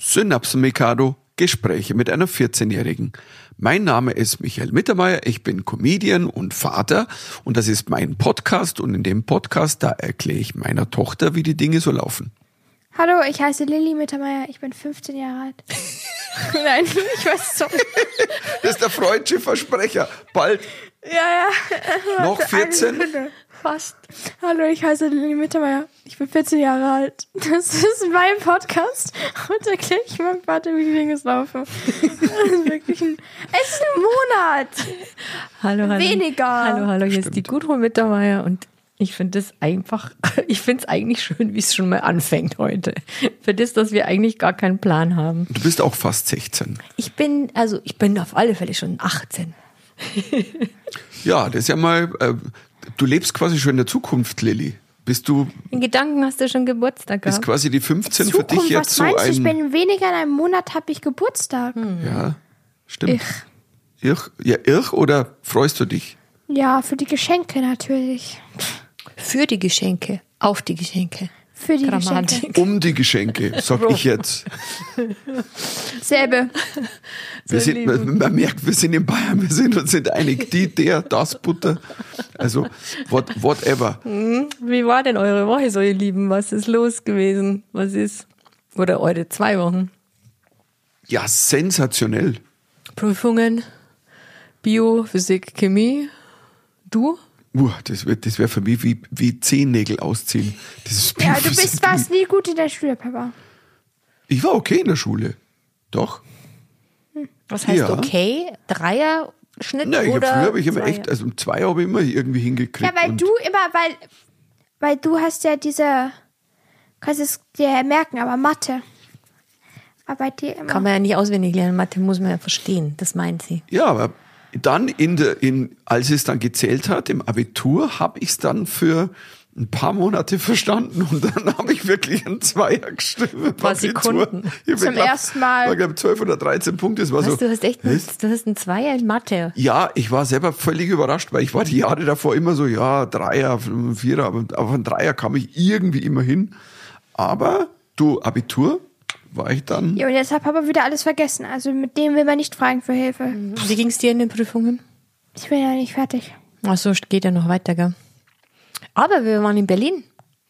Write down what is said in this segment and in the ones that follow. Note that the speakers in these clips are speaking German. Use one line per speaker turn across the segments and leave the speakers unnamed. Synapsen Mikado, Gespräche mit einer 14-Jährigen. Mein Name ist Michael Mittermeier, ich bin Comedian und Vater und das ist mein Podcast und in dem Podcast, da erkläre ich meiner Tochter, wie die Dinge so laufen.
Hallo, ich heiße Lilly Mittermeier, ich bin 15 Jahre alt. Nein, ich weiß so.
Das ist der freudsche Versprecher. Bald
Ja, ja.
noch
Eine
14.
Sekunde. Fast. Hallo, ich heiße Lilly Mittermeier. Ich bin 14 Jahre alt. Das ist mein Podcast. Und erkläre ich meinem Vater, wie die Dinge laufen. Das ist wirklich ein. Es ist ein Monat!
Hallo, hallo.
Weniger.
Hallo, hallo, hier ist die Gudrun Mittermeier und ich finde es einfach, ich finde es eigentlich schön, wie es schon mal anfängt heute. Für das, dass wir eigentlich gar keinen Plan haben.
Du bist auch fast 16.
Ich bin, also ich bin auf alle Fälle schon 18.
Ja, das ist ja mal, äh, du lebst quasi schon in der Zukunft, Lilly. Bist du,
In Gedanken hast du schon Geburtstag
ist
gehabt.
quasi die 15 für dich
Zukunft,
jetzt
was
so
meinst du? Ich
ein,
bin weniger in einem Monat, habe ich Geburtstag.
ja, stimmt. Ich. Irr, ja, irr oder freust du dich?
Ja, für die Geschenke natürlich.
Für die Geschenke, auf die Geschenke.
Für die Geschenke.
Dramatik.
Um die Geschenke, sag ich jetzt.
Selbe.
Wir sind, man, man merkt, wir sind in Bayern, wir sind uns nicht einig. Die, der, das, Butter. Also, what, whatever.
Wie war denn eure Woche so, ihr Lieben? Was ist los gewesen? Was ist? Oder eure zwei Wochen?
Ja, sensationell.
Prüfungen, Bio, Physik, Chemie. Du?
Uah, Uh, das wird, das wäre für mich wie, wie Zehennägel ausziehen. Das ist
Ja, du bist warst nie gut in der Schule, Papa.
Ich war okay in der Schule. Doch.
Was
heißt Ja. okay?
Dreier Schnitt
Na, ich hab, früher habe ich immer echt, also um zwei habe ich immer irgendwie hingekriegt.
Ja, weil
und
du immer, weil, weil du hast ja diese, kannst es dir merken, aber Mathe. Aber bei dir immer.
Kann man ja nicht auswendig lernen. Mathe muss man ja verstehen. Das meint sie.
Ja, aber dann in der, in, als es dann gezählt hat im Abitur, habe ich es dann für ein paar Monate verstanden und dann habe ich wirklich einen Zweier geschrieben. Ein
paar Sekunden.
Zum ersten Mal.
Ich glaube 12 oder 13 Punkte. Es war
Was,
so,
du hast echt
hä?
einen, du hast einen Zweier in Mathe.
Ja, ich war selber völlig überrascht, weil ich war die Jahre davor immer so, ja, Dreier, Vierer, aber auf einen Dreier kam ich irgendwie immer hin. Aber du, Abitur, war ich dann.
Ja, und jetzt hat Papa wieder alles vergessen. Also mit dem will man nicht fragen für Hilfe.
Mhm. Wie ging es dir in den Prüfungen?
Ich bin ja nicht fertig.
Achso, geht ja noch weiter, gell? Aber wir waren in Berlin.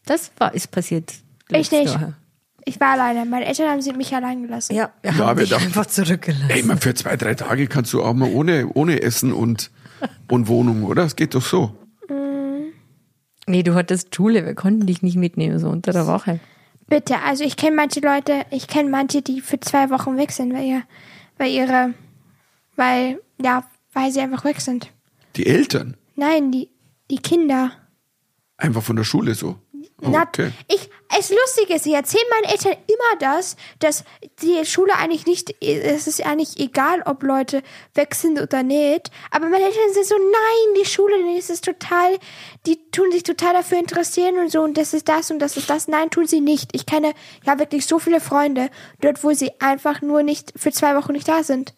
Das war, ist passiert.
Ich
letzte
nicht.
Woche.
Ich war alleine. Meine Eltern haben sie mich allein gelassen.
Ja, wir
Ja,
haben
wir
dich
dachten-
einfach zurückgelassen.
Ey, man, für zwei, drei Tage kannst du auch mal ohne, ohne Essen und, und Wohnung, oder? Es geht doch so.
nee, du hattest Schule. Wir konnten dich nicht mitnehmen, so unter der Woche.
Bitte, also ich kenne manche Leute, ich kenne manche, die für zwei Wochen weg sind, weil ihr, weil ihre, weil, ja, weil sie einfach weg sind.
Die Eltern,
Nein, die, die Kinder.
einfach von der Schule so. äh,
Na,
Okay.
Ich, es lustig ist, ich erzähle meinen Eltern immer das, dass die Schule eigentlich nicht, es ist eigentlich egal, ob Leute weg sind oder nicht. Aber meine Eltern sind so, nein, die Schule, nee, es ist total, die tun sich total dafür interessieren und so und das ist das und das ist das. Nein, tun sie nicht. Ich kenne ja wirklich so viele Freunde dort, wo sie einfach nur nicht für zwei Wochen nicht da sind.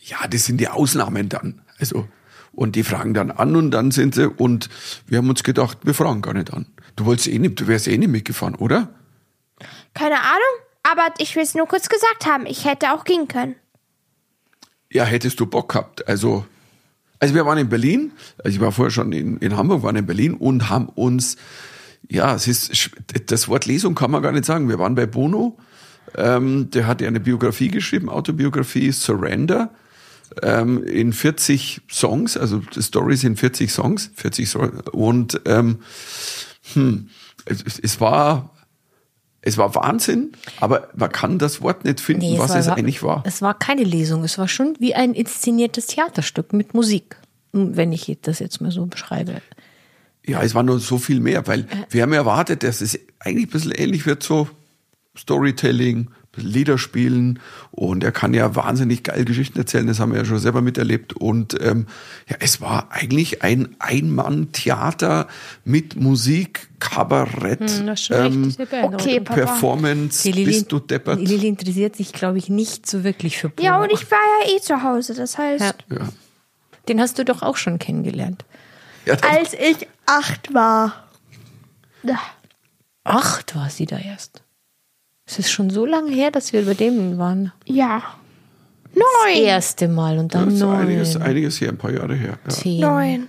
Ja, das sind die Ausnahmen dann. Also, und die fragen dann an und dann sind sie, und wir haben uns gedacht, wir fragen gar nicht an. Du wolltest eh nicht, du wärst eh nicht mitgefahren, oder?
Keine Ahnung, aber ich will es nur kurz gesagt haben. Ich hätte auch gehen können.
Ja, hättest du Bock gehabt. Also, also wir waren in Berlin, also ich war vorher schon in, in Hamburg, waren in Berlin und haben uns, ja, es ist, sch- das Wort Lesung kann man gar nicht sagen. Wir waren bei Bono, ähm, der hat ja eine Biografie geschrieben, Autobiografie Surrender, ähm, in 40 Songs, also Stories in 40 Songs, 40 so und ähm, hm, es, es- es war, es war Wahnsinn, aber man kann das Wort nicht finden,
Nee,
was es
überhaupt-
eigentlich war.
Es war keine Lesung, es war schon wie ein inszeniertes Theaterstück mit Musik, wenn ich das jetzt mal so beschreibe.
Ja, es war nur so viel mehr, weil
Äh.
wir haben erwartet, dass es eigentlich ein bisschen ähnlich wird, so Storytelling, ein bisschen Lieder spielen und er kann ja wahnsinnig geil Geschichten erzählen, das haben wir ja schon selber miterlebt und ähm, ja, es war eigentlich ein Ein-Mann-Theater mit Musik, Kabarett,
Hm, Mm,
ähm,
Okay, Papa.
Performance,
Die Lili,
bist du deppert?
die Lili interessiert sich, glaube ich, nicht so wirklich für Bruno.
Ja, und ich war ja eh zu Hause, das heißt.
Ja.
Ja.
Den hast du doch auch schon kennengelernt.
Ja, da-
als ich acht war. Ja.
Acht war sie da erst. Es ist schon so lange her, dass wir über dem waren.
Ja.
Das
Neun.
erste Mal und
Das
dann
ist
neun.
einiges, einiges her, ein paar Jahre her. Ja,
Zehn.
Neun.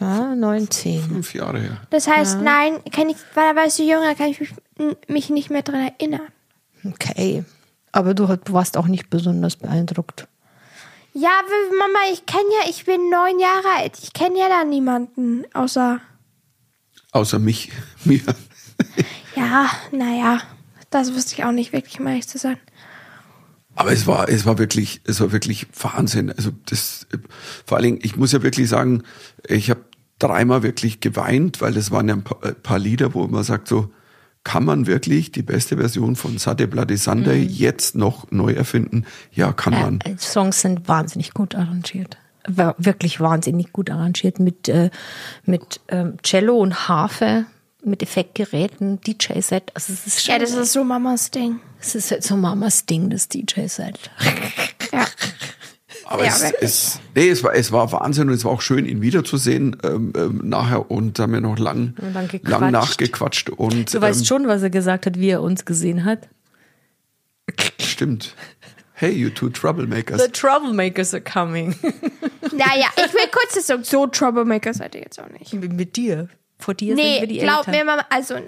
Ja, neun, zehn.
fünf Jahre her.
Das heißt, nein, kann ich, weil da warst du jünger, kann ich mich, mich nicht mehr dran erinnern.
Okay. Aber du hat- warst auch nicht besonders beeindruckt.
Ja, w- Mama, ich kenne ja, ich bin neun Jahre alt. Ich kenne ja da niemanden, außer.
Außer mich. Mir.
Ja, naja. Das wusste ich auch nicht wirklich, um ehrlich zu sein.
Aber es war, es war wirklich, es war wirklich Wahnsinn. Also das, äh, vor allen Dingen, ich muss ja wirklich sagen, ich habe dreimal wirklich geweint, weil das waren ja ein paar, äh, paar Lieder, wo man sagt so, kann man wirklich die beste Version von Sade Bloody Sunday jetzt noch neu erfinden? Ja, kann man.
Mhm. Äh, Songs sind wahnsinnig gut arrangiert. Wa- Wirklich wahnsinnig gut arrangiert mit, äh, mit ähm, Cello und Harfe, mit Effektgeräten, DJ-Set. Also es ist schon,
Ja, das ist so Mamas Ding.
es ist halt so Mamas Ding, das DJ-Set.
Ja.
Aber
Ja,
es,
wirklich.
es, nee, es, war, es war Wahnsinn und es war auch schön, ihn wiederzusehen ähm, ähm, nachher und haben wir noch lang,
Und dann gequatscht.
lang nachgequatscht. Und,
Du weißt
ähm,
schon, was er gesagt hat, wie er uns gesehen hat.
Stimmt. Hey, you two Troublemakers.
The Troublemakers are coming.
Naja, ich will kurz das sagen, so Troublemaker seid ihr jetzt auch nicht.
mit dir. Vor dir sind
Nee,
wir die
glaub mir,
Eltern.
Mama, also nein.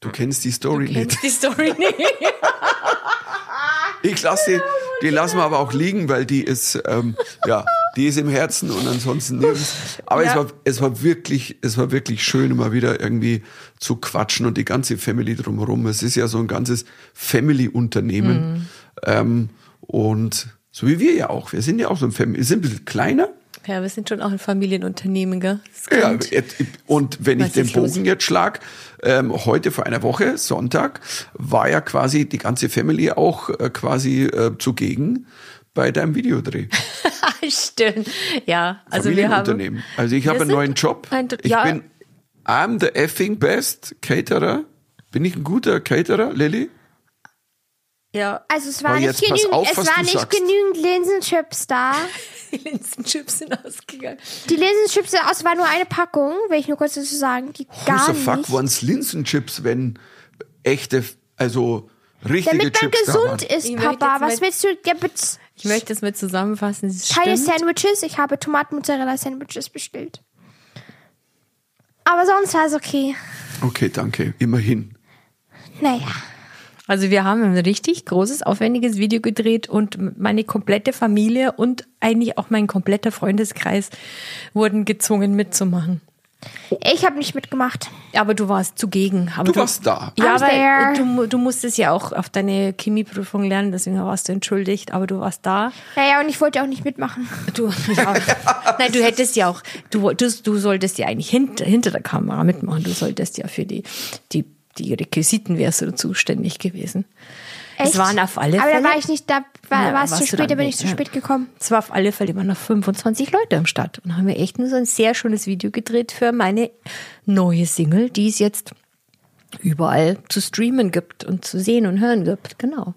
Du kennst die Story nicht.
Kennst die Story nicht.
Ich lasse die, die lassen wir aber auch liegen, weil die ist, ähm, ja, die ist im Herzen und ansonsten nirgends. Aber es,
Ja.
war, es war wirklich, es war wirklich schön, immer wieder irgendwie zu quatschen und die ganze Family drumherum. Es ist ja so ein ganzes Family-Unternehmen. Ähm, und so wie wir ja auch. Wir sind ja auch so ein Family, wir sind ein bisschen kleiner.
Ja, wir sind schon auch ein Familienunternehmer, gell? Das
Ja,
kommt.
jetzt, und wenn
Was
ich den
ist los?
Bogen jetzt schlag, ähm, heute vor einer Woche, Sonntag, war ja quasi die ganze Family auch äh, quasi äh, zugegen bei deinem Videodreh.
Stimmt. Ja, also wir haben.
Familienunternehmen. also ich habe
Wir
einen
sind
neuen Job.
ein-
ich
ja.
bin I'm the effing best Caterer. Bin ich ein guter Caterer, Lilly?
Ja,
Also es war
Aber
nicht
jetzt pass
genügend,
auf,
es
was
war
du
nicht
sagst.
genügend Linsenchips da.
die Linsenchips sind ausgegangen.
Die Linsenchips sind aus, war nur eine Packung, will ich nur kurz dazu sagen, die
Who
gar
the fuck
nicht.
one's Linsenchips, wenn echte, also richtige
Damit man
Chips da
gesund
waren?
ist,
Ich möchte
Papa.
jetzt
Was
mit-
willst du? Ja, bitte.
Ich möchte es mal zusammenfassen. Es
keine
stimmt.
Sandwiches. Ich habe Tomaten-Mozzarella-Sandwiches bestellt. Aber sonst war es okay.
Okay, danke. Immerhin.
Naja.
Also wir haben ein richtig großes, aufwendiges Video gedreht und meine komplette Familie und eigentlich auch mein kompletter Freundeskreis wurden gezwungen mitzumachen.
Ich habe nicht mitgemacht.
Aber du warst zugegen. Aber
Du warst da.
Ja,
I'm there.
aber du, mu- du musstest ja auch auf deine Chemieprüfung lernen, deswegen warst du entschuldigt, aber du warst da.
Naja, und ich wollte auch nicht mitmachen.
Du, ja. Nein, du hättest ja auch, du, wolltest- du solltest ja eigentlich hinter, hinter der Kamera mitmachen. Du solltest ja für die, die, die Requisiten wärst du zuständig gewesen.
Echt?
Es waren auf alle
Aber da
Fälle.
war ich nicht, da war,
Ja,
war es
warst
zu
du
spät, da
dann
bin
nicht,
ich zu
ja.
spät gekommen.
Es war auf alle Fälle immer noch 25 Leute am Start und haben wir echt nur so ein sehr schönes Video gedreht für meine neue Single, die es jetzt überall zu streamen gibt und zu sehen und hören gibt. Genau.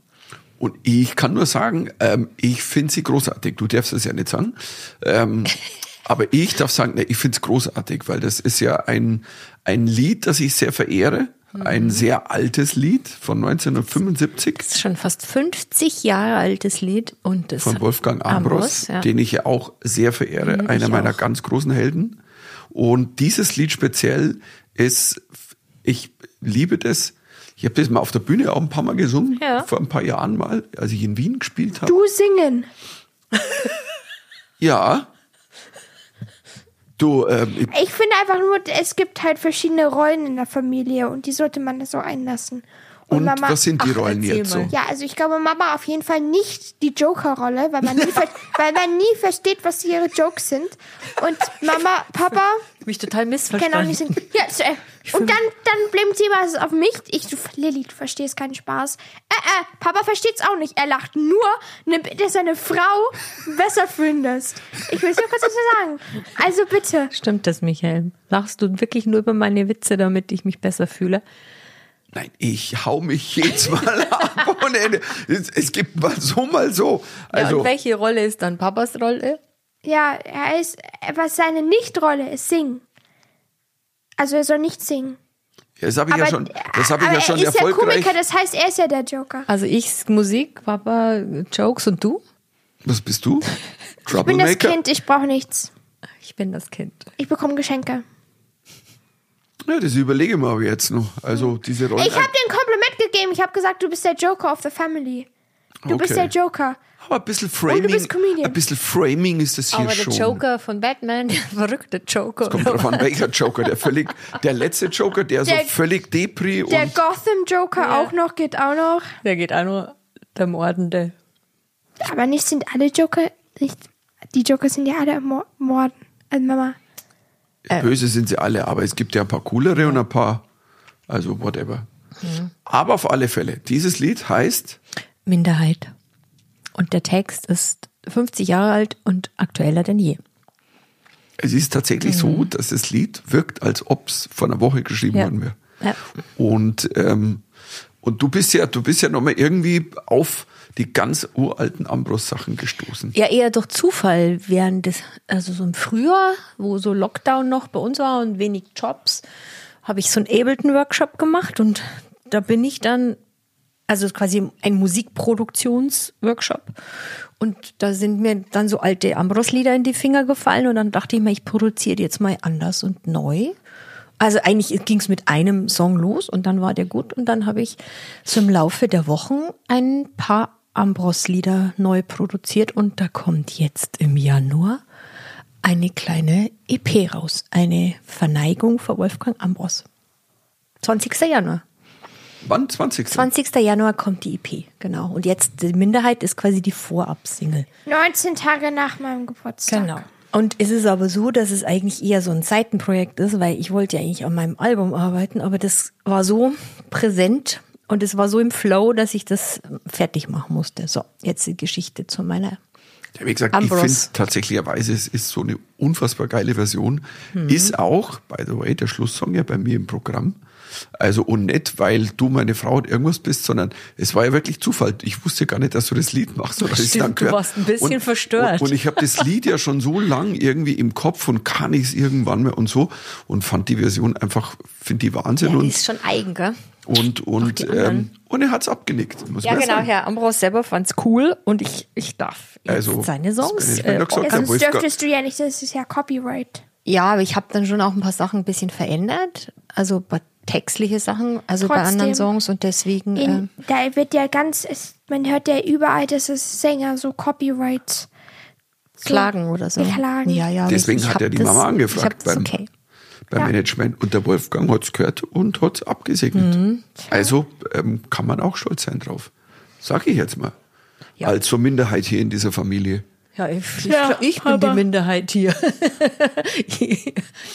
Und ich kann nur sagen, ähm, ich finde sie großartig. Du darfst es ja nicht sagen. Ähm, aber ich darf sagen, ne, ich finde es großartig, weil das ist ja ein, ein Lied, das ich sehr verehre.
Mhm.
Ein sehr altes Lied von 1975
Das ist schon fast 50 Jahre altes Lied und das
von Wolfgang Ambros,
ja.
den ich ja auch sehr verehre, einer
ich
meiner
auch.
ganz großen Helden. Und dieses Lied speziell ist, ich liebe das. Ich habe das mal auf der Bühne auch ein paar Mal gesungen,
Ja.
vor ein paar Jahren mal, als ich in Wien gespielt habe.
Du singen.
Ja. Du, ähm, ich-
Ich finde einfach nur, es gibt halt verschiedene Rollen in der Familie und die sollte man so einlassen.
und was sind die
ach,
Rollen
erzähl
jetzt
mal.
so?
Ja, also ich glaube, Mama auf jeden Fall nicht die Joker-Rolle, weil, man nie ver- weil man nie versteht, was ihre Jokes sind. Und Mama, Papa,
mich total
können auch
missverstanden.
nicht singen. Ja, so, äh, und dann, dann bleibt sie immer auf mich. Ich, du, Lilly, du verstehst keinen Spaß. Äh, äh, Papa versteht's auch nicht. Er lacht nur, nimmt er seine Frau besser findest. Ich will es nur kurz dazu sagen. Also bitte.
Stimmt das, Michael? Lachst du wirklich nur über meine Witze, damit ich mich besser fühle?
Nein, ich hau mich jedes Mal ab ohne Ende. Es, es gibt mal so, mal so.
ja,
Also,
und welche Rolle ist dann Papas Rolle?
Ja, er ist, was seine Nichtrolle ist, singen. Also er soll nicht singen.
Das habe ich ja schon, das habe ich
aber
ja schon
er ist ja
erfolgreich.
Komiker, das heißt, er ist ja der Joker.
Also ich Musik, Papa Jokes und du?
Was bist du?
Ich bin das
Troublemaker?
Kind, ich brauche nichts.
Ich bin das Kind.
Ich bekomme Geschenke.
Ja, das überlege ich mir aber jetzt noch. Also diese Rolle.
Hm. Ich habe dir ein Kompliment gegeben. Ich habe gesagt, du bist der Joker of the Family. Du bist der
Okay.
Joker.
aber ein bisschen
Oh, du
Framing.
bist Comedian.
Ein bisschen Framing ist das hier
Aber
schon.
der Joker von Batman, der verrückte Joker.
Kommt drauf an, welcher Joker. Der völlig, der letzte Joker, der,
Der-
so völlig Depri
Der
und
Gotham Joker
Ja.
auch noch, geht auch noch.
Der geht auch nur der Mordende.
Aber nicht sind alle Joker, nicht, die Joker sind ja alle Mor- Morden. Also Mama.
Äh.
böse sind sie alle, aber es gibt ja ein paar coolere und ein paar, also whatever.
Mhm.
Aber auf alle Fälle, dieses Lied heißt,
Minderheit. Und der Text ist 50 Jahre alt und aktueller denn je.
es ist tatsächlich so, dass das Lied wirkt, als ob es vor einer Woche geschrieben
Mhm. Ja.
worden wäre.
Ja.
Und, ähm, und du bist ja, du bist ja nochmal irgendwie auf die ganz uralten Ambros-Sachen gestoßen.
Ja, eher durch Zufall während des, also so im Frühjahr, wo so Lockdown noch bei uns war und wenig Jobs, habe ich so einen Ableton-Workshop gemacht und da bin ich dann, also quasi ein Musikproduktionsworkshop und da sind mir dann so alte Ambros-Lieder in die Finger gefallen und dann dachte ich mir, ich produziere die jetzt mal anders und neu. Also eigentlich ging es mit einem Song los und dann war der gut und dann habe ich so im Laufe der Wochen ein paar Ambros-Lieder neu produziert und da kommt jetzt im Januar eine kleine EP raus, eine Verneigung vor Wolfgang Ambros. 20. Januar.
Wann? 20.
20. Januar kommt die EP, genau. Und jetzt die Minderheit ist quasi die Vorab-Single.
19 Tage nach meinem Geburtstag.
Genau. Und es ist aber so, dass es eigentlich eher so ein Seitenprojekt ist, weil ich wollte ja eigentlich an meinem Album arbeiten, aber das war so präsent und es war so im Flow, dass ich das fertig machen musste. So, jetzt die Geschichte zu meiner.
Ja, Wie gesagt,
Ambrose.
ich finde tatsächlicherweise, es ist so eine unfassbar geile Version.
Mhm.
Ist auch, by the way, der Schlusssong ja bei mir im Programm. Also und nicht, weil du meine Frau und irgendwas bist, sondern es war ja wirklich Zufall. Ich wusste gar nicht, dass du das Lied machst. Oder
Stimmt, du warst ein bisschen
und,
verstört.
Und, und ich habe das Lied ja schon so lang irgendwie im Kopf und kann ich es irgendwann mehr und so und fand die Version einfach, finde die Wahnsinn
Ja, die
und,
ist schon eigen, gell?
und, und,
die
ähm,
anderen.
und er hat's abgenickt. Muss
Ja,
man
genau,
sagen.
Herr Ambros selber fand's cool und ich, ich darf jetzt
Also,
seine
das
Songs.
bin ich mir
Äh,
doch gesagt.
Ja,
Okay,
sonst
Wolfgang.
dürftest du ja nicht, das ist ja Copyright.
ja, aber ich habe dann schon auch ein paar Sachen ein bisschen verändert, also bei textliche Sachen, also bei
Trotzdem.
anderen Songs und deswegen. ähm,
In, da wird ja ganz, es, man hört ja überall, dass es Sänger so Copyright.
Klagen oder so.
Klagen.
Ja, ja. aber
Deswegen
ich- ich
hat ja
hab
die
das-
Mama angefragt
Ich hab das
beim-
okay.
beim
Ja.
Management und der Wolfgang hat es gehört und hat es abgesegnet.
Mhm.
Also ähm, kann man auch stolz sein drauf. Sag ich jetzt mal.
Ja.
Als zur Minderheit hier in dieser Familie.
Ja, ich,
Ja,
ich, ich bin die
aber-
Minderheit hier.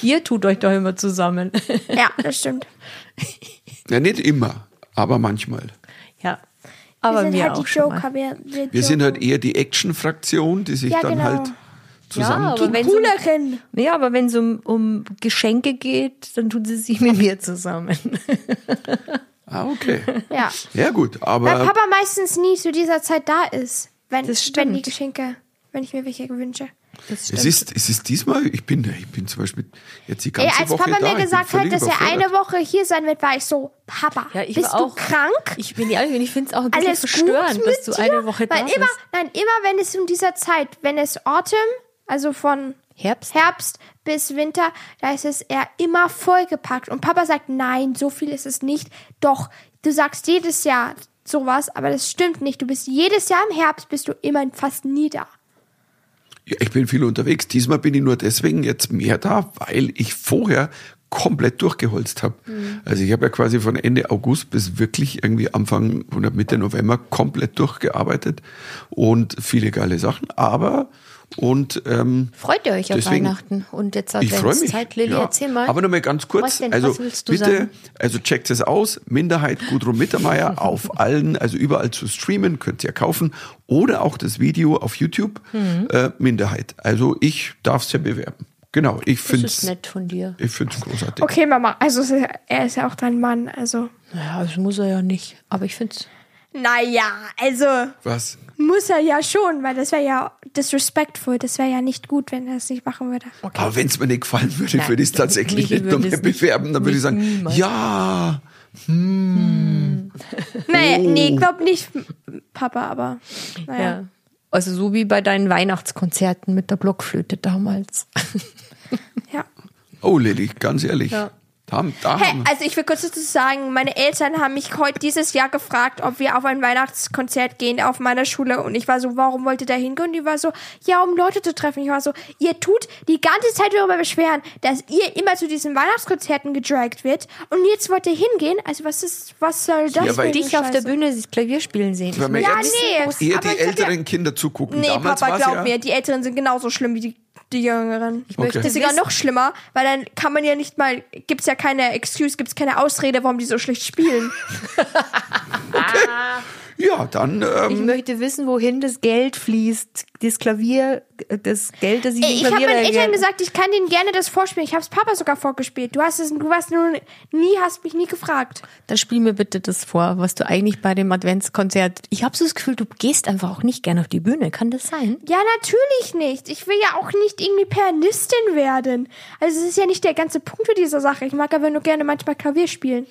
Ihr tut euch doch immer zusammen.
Ja, das stimmt.
Ja, nicht immer, aber manchmal.
ja.
Wir
Aber
sind
mir
halt
auch
die
schon mal.
Joker. Wir, wir,
Wir sind halt eher die Action-Fraktion, die sich
Ja,
dann
genau.
halt
Ja,
zusammen.
aber wenn
Cooleren.
um, ja, aber wenn es um, um Geschenke geht, dann tut sie sich mit mir zusammen.
ah, okay.
Ja.
Ja, gut,
Weil
aber
Papa meistens nie zu dieser Zeit da ist, wenn,
Das stimmt.
wenn die Geschenke, wenn ich mir welche wünsche.
Das
es
stimmt.
ist, es ist diesmal, ich bin, ich bin zum Beispiel jetzt die
Ey,
ganze
als
Woche
Papa
da.
mir
ich bin
gesagt hat,
völlig
dass er
überfordert.
eine Woche hier sein wird, war ich so, Papa,
Ja, ich
bist
war
du
auch-
krank?
Ich bin ehrlich, ich finde es auch ein bisschen
Alles
verstörend,
gut mit
dass du
dir?
eine Woche da
Weil
bist.
immer, Nein, immer wenn es um dieser Zeit, wenn es Autumn, also von
Herbst?
Herbst bis Winter, da ist es eher immer vollgepackt. Und Papa sagt, nein, so viel ist es nicht. Doch, du sagst jedes Jahr sowas, aber das stimmt nicht. Du bist jedes Jahr im Herbst, bist du immer fast nie da.
Ja, ich bin viel unterwegs. Diesmal bin ich nur deswegen jetzt mehr da, weil ich vorher komplett durchgeholzt habe. Also ich habe ja quasi von Ende August bis wirklich irgendwie Anfang oder Mitte November komplett durchgearbeitet und viele geile Sachen. Aber und ähm,
Freut ihr euch auf
Deswegen-
Weihnachten und jetzt
ich freue mich.
Adventszeit, Lilly,
Ja.
erzähl mal.
Aber nur mal ganz kurz.
Was denn?
also
Was willst du
bitte,
sagen?
also checkt es aus. Minderheit Gudrun Mittermeier auf allen, also überall zu streamen, könnt ihr kaufen. Oder auch das Video auf YouTube
Mhm.
äh, Minderheit. Also ich darf es ja bewerben. Genau, ich
das
finde
ist
es
nett von dir.
ich find's großartig.
Okay, Mama, also es ist- er ist ja auch dein Mann, also.
Naja, das muss er ja nicht. Aber ich finde es.
Naja, also
Was?
muss er ja schon, weil das wäre ja disrespectful. Das wäre ja nicht gut, wenn er es nicht machen würde.
Aber wenn es mir nicht gefallen würde,
Nein,
würde ich es tatsächlich
ich
nicht noch
würde
mehr
es nicht-
bewerben. Dann würde
nicht
ich sagen,
niemals.
ja,
Nee, nee, glaub nicht, Papa, aber naja.
Ja. Also so wie bei deinen Weihnachtskonzerten mit der Blockflöte damals.
Ja.
oh Lilly, ganz ehrlich.
Ja.
Da, haben- da
Hey,
haben-
also ich will kurz dazu sagen, meine Eltern haben mich heute dieses Jahr gefragt, ob wir auf ein Weihnachtskonzert gehen auf meiner Schule. Und ich war so, warum wollt ihr da hingehen? Und die war so, ja, um Leute zu treffen. Ich war so, ihr tut die ganze Zeit darüber beschweren, dass ihr immer zu diesen Weihnachtskonzerten gedragt wird. Und jetzt wollt ihr hingehen? Also was ist, was soll das
Ja, weil-
für eine
Dich auf der
Scheiße?
Bühne das Klavier spielen sehen.
wenn wir
ja,
jetzt
nee,
eher
aber
die
ich hab ja-
älteren Kinder zugucken.
Nee,
Damals
Papa,
war's
glaub
ja,
mir, die Älteren sind genauso schlimm wie die, die Jüngeren. Ich
möchte
Das ist sogar
wissen-
noch schlimmer, weil dann kann man ja nicht mal, gibt's ja keine Excuse, gibt's keine Ausrede, warum die so schlecht spielen.
Ja, dann
Ich
ähm,
möchte wissen, wohin das Geld fließt. Das Klavier, das Geld, das ich,
Ey,
im
ich habe
Klavier
meinen Eltern
reingern-
gesagt, ich kann denen gerne das vorspielen. Ich habe es Papa sogar vorgespielt. Du hast es, du warst nur nie, hast mich nie gefragt.
Dann spiel mir bitte das vor, was du eigentlich bei dem Adventskonzert. Ich habe so das Gefühl, du gehst einfach auch nicht gerne auf die Bühne. Kann das sein?
Ja, natürlich nicht. Ich will ja auch nicht irgendwie Pianistin werden. Also es ist ja nicht der ganze Punkt für dieser Sache. Ich mag aber nur gerne manchmal Klavier spielen.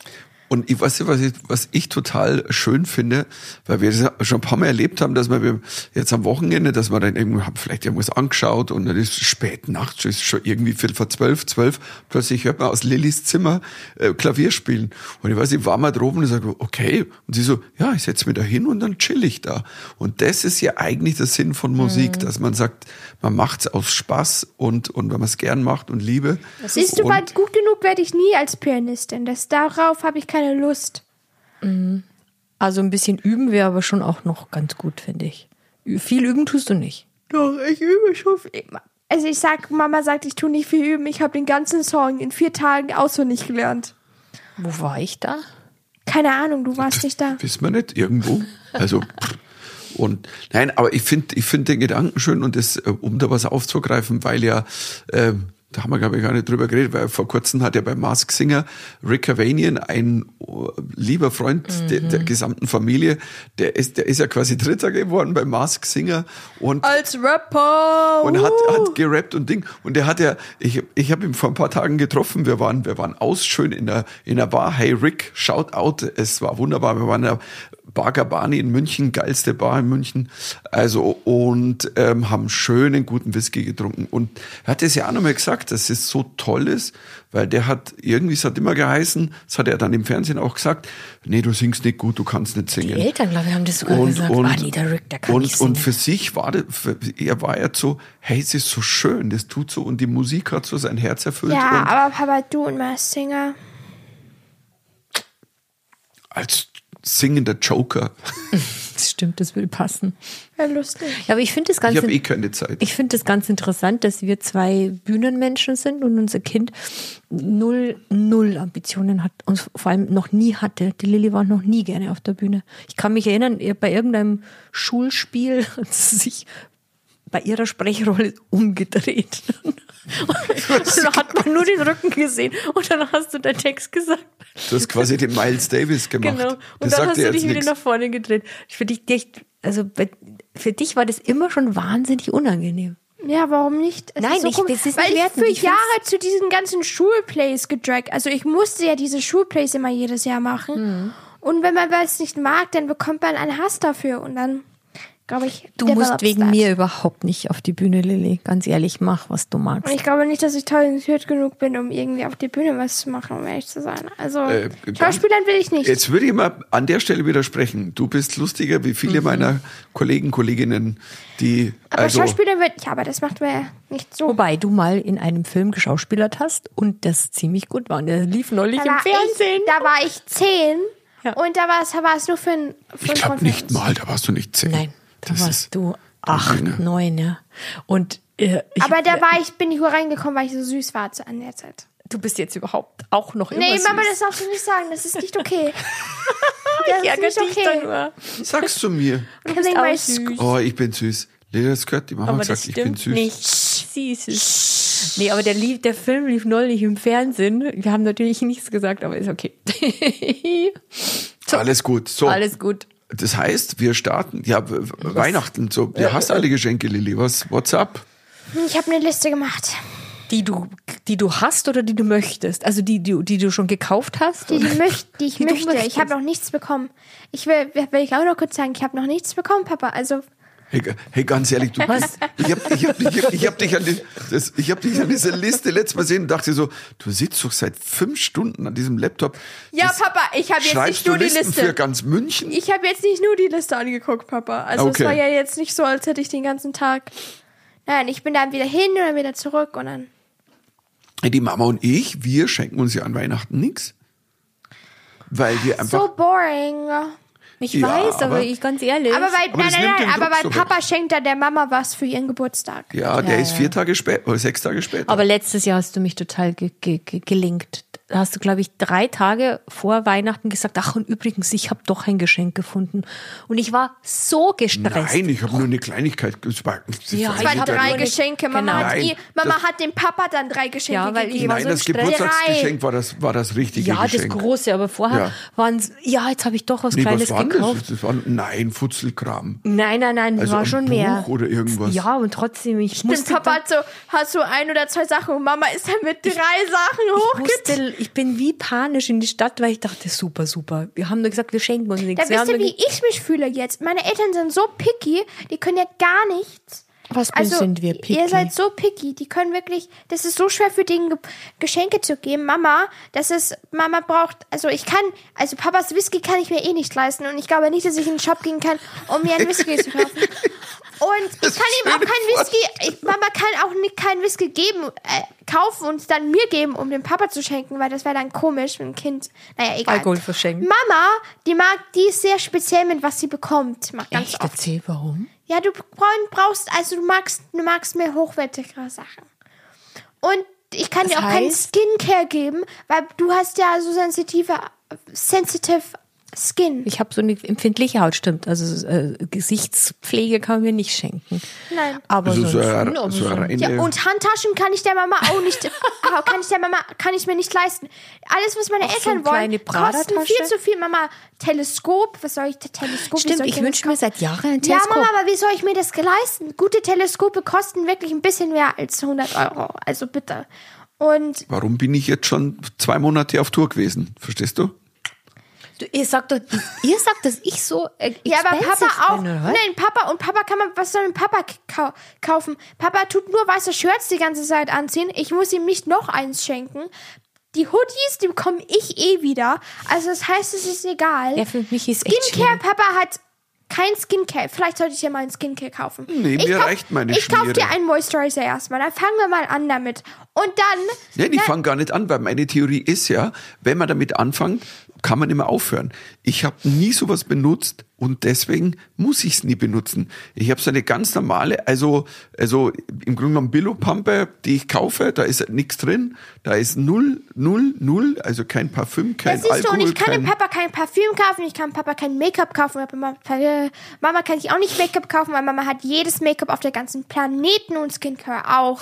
Und ich weiß nicht, was ich, was ich total schön finde, weil wir das ja schon ein paar Mal erlebt haben, dass wir jetzt am Wochenende, dass wir dann irgendwo haben vielleicht irgendwas angeschaut und dann ist spät nachts, schon- ist schon irgendwie Viertel vor zwölf, zwölf, plötzlich hört man aus Lillys Zimmer äh, Klavier spielen. Und ich weiß nicht, war mal droben und ich sage, okay. Und sie so, ja, ich setze mich da hin und dann chill ich da. Und das ist ja eigentlich der Sinn von
Mhm.
Musik, dass man sagt, man macht's aus Spaß und, und wenn man es gern macht und Liebe.
Siehst du,
und,
weil gut genug werde ich nie als Pianistin. Das, darauf habe ich keine Lust.
Also ein bisschen üben wäre aber schon auch noch ganz gut, finde ich. Ü- Viel üben tust du nicht.
Doch, ich übe schon viel. Also ich sag, Mama sagt, ich tue nicht viel üben. Ich habe den ganzen Song in vier Tagen auswendig gelernt.
Wo war ich da?
Keine Ahnung, du warst nicht da.
Wissen wir nicht, irgendwo. Also, pff. und nein, aber ich finde ich find den Gedanken schön und das, äh, um da was aufzugreifen, weil ja, ähm, da haben wir, glaube ich, gar nicht drüber geredet, weil vor kurzem hat ja bei Mask Singer Rick Cavanian, ein oh, lieber Freund der, der
Mhm.
gesamten Familie, der ist, der ist ja quasi Dritter geworden bei Mask Singer und
Als Rapper.
und hat,
uh.
hat gerappt und Ding. Und der hat ja, ich, ich habe ihn vor ein paar Tagen getroffen. Wir waren, wir waren aus schön in der, in der Bar. Hey Rick, shout out. Es war wunderbar. Wir waren in der Bar Gabani in München, geilste Bar in München. Also, und ähm, haben schönen guten Whisky getrunken. Und er hat es ja auch nochmal gesagt, dass es so toll ist, weil der hat irgendwie, es hat immer geheißen, das hat er dann im Fernsehen auch gesagt, nee, du singst nicht gut, du kannst nicht singen
Die Eltern, glaube ich, haben das sogar gesagt. ah, nee, der Rick, der kann
und,
nicht singen.
und für sich war das, für, er war jetzt so, hey, es ist so schön, das tut so und die Musik hat so sein Herz erfüllt.
Ja,
und
aber Papa, du und mein Singer.
als singender Joker.
das stimmt, das würde passen.
Wär lustig.
Ja, aber ich finde das
Ich
Ganze.
habe eh keine Zeit.
Ich finde es ganz interessant, dass wir zwei Bühnenmenschen sind und unser Kind null, null Ambitionen hat und vor allem noch nie hatte. Die Lilly war noch nie gerne auf der Bühne. Ich kann mich erinnern, ihr- bei irgendeinem Schulspiel hat sie sich bei ihrer Sprechrolle umgedreht. Und dann hat man nur den Rücken gesehen und dann hast du den Text gesagt.
Du hast quasi den Miles Davis gemacht.
Genau. Und
das
dann
sagt
hast
er
du
jetzt
dich wieder
nichts.
nach vorne gedreht. Für dich, dich also bei, für dich war das immer schon wahnsinnig unangenehm.
Ja, warum nicht? Es
Nein,
ist so
ich-
komisch,
das ist
weil
nicht
ich
wertend.
für
Ich find's-
Jahre zu diesen ganzen Schulplays gedragt. Also ich musste ja diese Schulplays immer jedes Jahr machen. Und wenn man was nicht mag, dann bekommt man einen Hass dafür. Und dann, glaube ich,
Du musst
develops
wegen
that.
mir überhaupt nicht auf die Bühne, Lilly. Ganz ehrlich, mach, was du
Und
magst.
ich glaube nicht, dass ich talentiert genug bin, um irgendwie auf die Bühne was zu machen, um ehrlich zu sein. Also
Äh,
Schauspielern will ich nicht.
Jetzt würde ich mal an der Stelle widersprechen. Du bist lustiger wie
Mhm.
viele meiner Kollegen, Kolleginnen, die.
aber
also,
Schauspielern will ich, ja, aber das macht mir ja nicht so.
Wobei du mal in einem Film geschauspielert hast und das ziemlich gut war. Und der lief neulich
Da
im
war
Fernsehen.
Ich, da war ich zehn
Ja.
und da war es, war es nur für ein für
ich
ein
glaube nicht
Konferenz.
mal, da warst du nicht zehn.
Nein, da
das
warst
ist,
du acht,
Junge.
neun, ja. Und äh, ich,
Aber da war ich, bin ich nur reingekommen, weil ich so süß war zu, an der Zeit.
du bist jetzt überhaupt auch noch immer
Nee,
süß.
Mama, das darfst du nicht sagen. Das ist nicht okay. Das
ich ärgere
ist nicht
dich
okay.
dann nur.
Sagst du mir,
Du
bist
bist
auch
auch
süß.
oh, ich bin süß. Lena, das gehört, die Mama
Aber
hat
das
gesagt, ich bin
stimmt
süß.
nicht. Sie ist süß. Nee, aber der, lief, der Film lief neulich im Fernsehen. Wir haben natürlich nichts gesagt, aber ist okay. so,
Alles gut. So.
alles gut.
Das heißt, wir starten, ja, w- Weihnachten, so, du hast alle Geschenke, Lilly, was, what's up?
Ich habe eine Liste gemacht,
Die du, die du hast oder die du möchtest? Also die, die, die du schon gekauft hast?
die, ich
oder?
möcht, die ich
Die du
möchte. Ich
möchtest.
habe noch nichts bekommen. Ich will, will ich auch noch kurz sagen, ich habe noch nichts bekommen, Papa. Also
Hey, g- hey, ganz ehrlich, du
Was?
Ich hab, ich hab, ich hab, ich hab dich, an die, das, ich hab dich an dieser Liste letztes Mal gesehen und dachte so, du sitzt doch seit fünf Stunden an diesem Laptop.
Ja, Papa, ich hab jetzt
schreibst
nicht nur
du
die
Listen
Liste.
für ganz München.
ich habe jetzt nicht nur die Liste angeguckt, Papa. Also
Okay.
es war ja jetzt nicht so, als hätte ich den ganzen Tag. Nein, ich bin dann wieder hin und dann wieder zurück und dann.
Die Mama und ich, wir schenken uns ja an Weihnachten nichts. Weil wir einfach.
So boring.
Ich
Ja,
weiß, aber,
aber-
ich ganz ehrlich.
Aber weil,
Aber
nein,
das nimmt
nein,
den
nein, aber
Druck
weil
so weg.
Papa schenkt dann der Mama was für ihren Geburtstag.
ja, der
Ja,
ist
ja.
vier Tage später, oder sechs Tage später.
Aber letztes Jahr hast du mich total ge ge ge gelinkt. Da hast du, glaube ich, drei Tage vor Weihnachten gesagt, ach und übrigens, ich habe doch ein Geschenk gefunden. Und ich war so gestresst.
Nein, ich habe nur eine Kleinigkeit gespart.
Ja,
Es waren
Ich hab
drei
nur nicht-
Geschenke. Mama,
Genau.
hat,
Nein,
ihr, Mama
das-
hat dem Papa dann drei Geschenke
Ja, weil ich
gegeben.
war
Nein,
so
das
im Stress.
Geburtstagsgeschenk war das, war das richtige
Ja, das
Geschenk.
große, aber vorher
Ja.
waren ja, jetzt habe ich doch was
nee,
Kleines
was war denn das?
gekauft.
das war, nein, Futzelkram.
Nein, nein, nein,
Also
war
ein
schon mehr.
Buch oder irgendwas.
Ja, und trotzdem, ich
Stimmt,
musste
Papa hat so, hat so ein oder zwei Sachen und Mama ist dann mit drei Sachen
Ich
hochgezogen.
musste, ich bin wie panisch in die Stadt, weil ich dachte, super, super. Wir haben nur gesagt, wir schenken uns nichts.
Da
Wir
wisst ihr,
haben nur
wie ich mich fühle jetzt. Meine Eltern sind so picky, die können ja gar nichts. Also,
Was sind wir picky?
Ihr seid so picky, die können wirklich, das ist so schwer für denen Ge Geschenke zu geben. Mama, das ist, Mama braucht, also ich kann, also Papas Whisky kann ich mir eh nicht leisten und ich glaube nicht, dass ich in den Shop gehen kann, um mir einen Whisky zu kaufen. Und ich kann ihm auch
schöne
keinen Whisky, ich, Mama kann auch nicht keinen Whisky geben, äh, kaufen und dann mir geben, um dem Papa zu schenken, weil das wäre dann komisch mit dem Kind. Naja, egal.
Alkohol verschenken.
Mama, die mag, die ist sehr speziell mit was sie bekommt. Mag ganz
Echt,
oft.
erzähl, warum?
Ja, du bra- brauchst, also du magst, du magst mehr hochwertigere Sachen. Und ich kann dir auch keinen
heißt?
Skincare geben, weil du hast ja so sensitive, sensitive Skin.
Ich habe so eine empfindliche Haut, stimmt. Also äh, Gesichtspflege kann man mir nicht schenken.
Nein.
Aber
Also so
sonst-
eine,
aber
so eine
sonst-
reine
Ja, und Handtaschen kann ich der Mama auch nicht, Ah, kann ich der Mama, kann ich mir nicht leisten. Alles, was meine
Auch so
Eltern
eine kleine
wollen, kosten viel
Prada-Tasche?
zu viel. Mama, Teleskop, was soll ich, Teleskop? wie
Stimmt,
soll
ich
mir das
wünsche mir seit Jahren ein
Ja,
Teleskop.
Mama, aber wie soll ich mir das leisten? Gute Teleskope kosten wirklich ein bisschen mehr als 100 Euro. Also bitte. Und
Warum bin ich jetzt schon zwei Monate auf Tour gewesen? Verstehst du?
Du, ihr sagt doch, ihr sagt, dass ich so äh,
ja, aber Papa
expensive
auch.
bin, oder was?
nein, Papa und Papa kann man, was soll denn Papa ka kaufen? Papa tut nur weiße Shirts die ganze Zeit anziehen. Ich muss ihm nicht noch eins schenken. Die Hoodies, die bekomme ich eh wieder. Also das heißt, es ist egal.
Ja, für mich ist echt
Skincare,
schwierig.
Papa hat kein Skincare. Vielleicht sollte ich dir mal ein Skincare kaufen.
Nee,
ich
mir reicht meine
Ich kaufe
Schmiere.
dir einen Moisturizer erstmal. Dann fangen wir mal an damit. Und dann.
Nein, ich fange gar nicht an, weil meine Theorie ist ja, wenn man damit anfängt, kann man immer aufhören. Ich habe nie sowas benutzt und deswegen muss ich es nie benutzen. Ich habe so eine ganz normale, also, also im Grunde genommen Billo-Pampe, die ich kaufe, da ist nichts drin, da ist null, null, null, also kein Parfüm, kein
Das siehst du,
Alkohol.
und ich kann dem
kein,
Papa kein Parfüm kaufen, ich kann Papa kein Make-up kaufen. aber Mama, äh, Mama kann ich auch nicht Make-up kaufen, weil Mama hat jedes Make-up auf der ganzen Planeten und Skincare auch.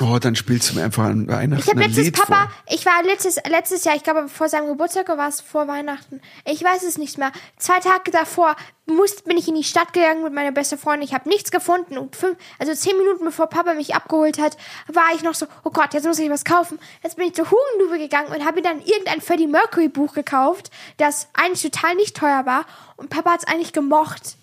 oh, dann spielst du mir einfach an Weihnachten
Ich habe
ein
letztes
Lied
Papa,
vor.
ich war letztes, letztes Jahr, ich glaube vor seinem Geburtstag oder war es vor Weihnachten. Ich weiß es nicht mehr. Zwei Tage davor muss, bin ich in die Stadt gegangen mit meiner besten Freundin. Ich habe nichts gefunden. Und fünf, also zehn Minuten bevor Papa mich abgeholt hat, war ich noch so, oh Gott, jetzt muss ich was kaufen. Jetzt bin ich zur Hugendube gegangen und habe mir dann irgendein Freddie Mercury Buch gekauft, das eigentlich total nicht teuer war. Und Papa hat es eigentlich gemocht.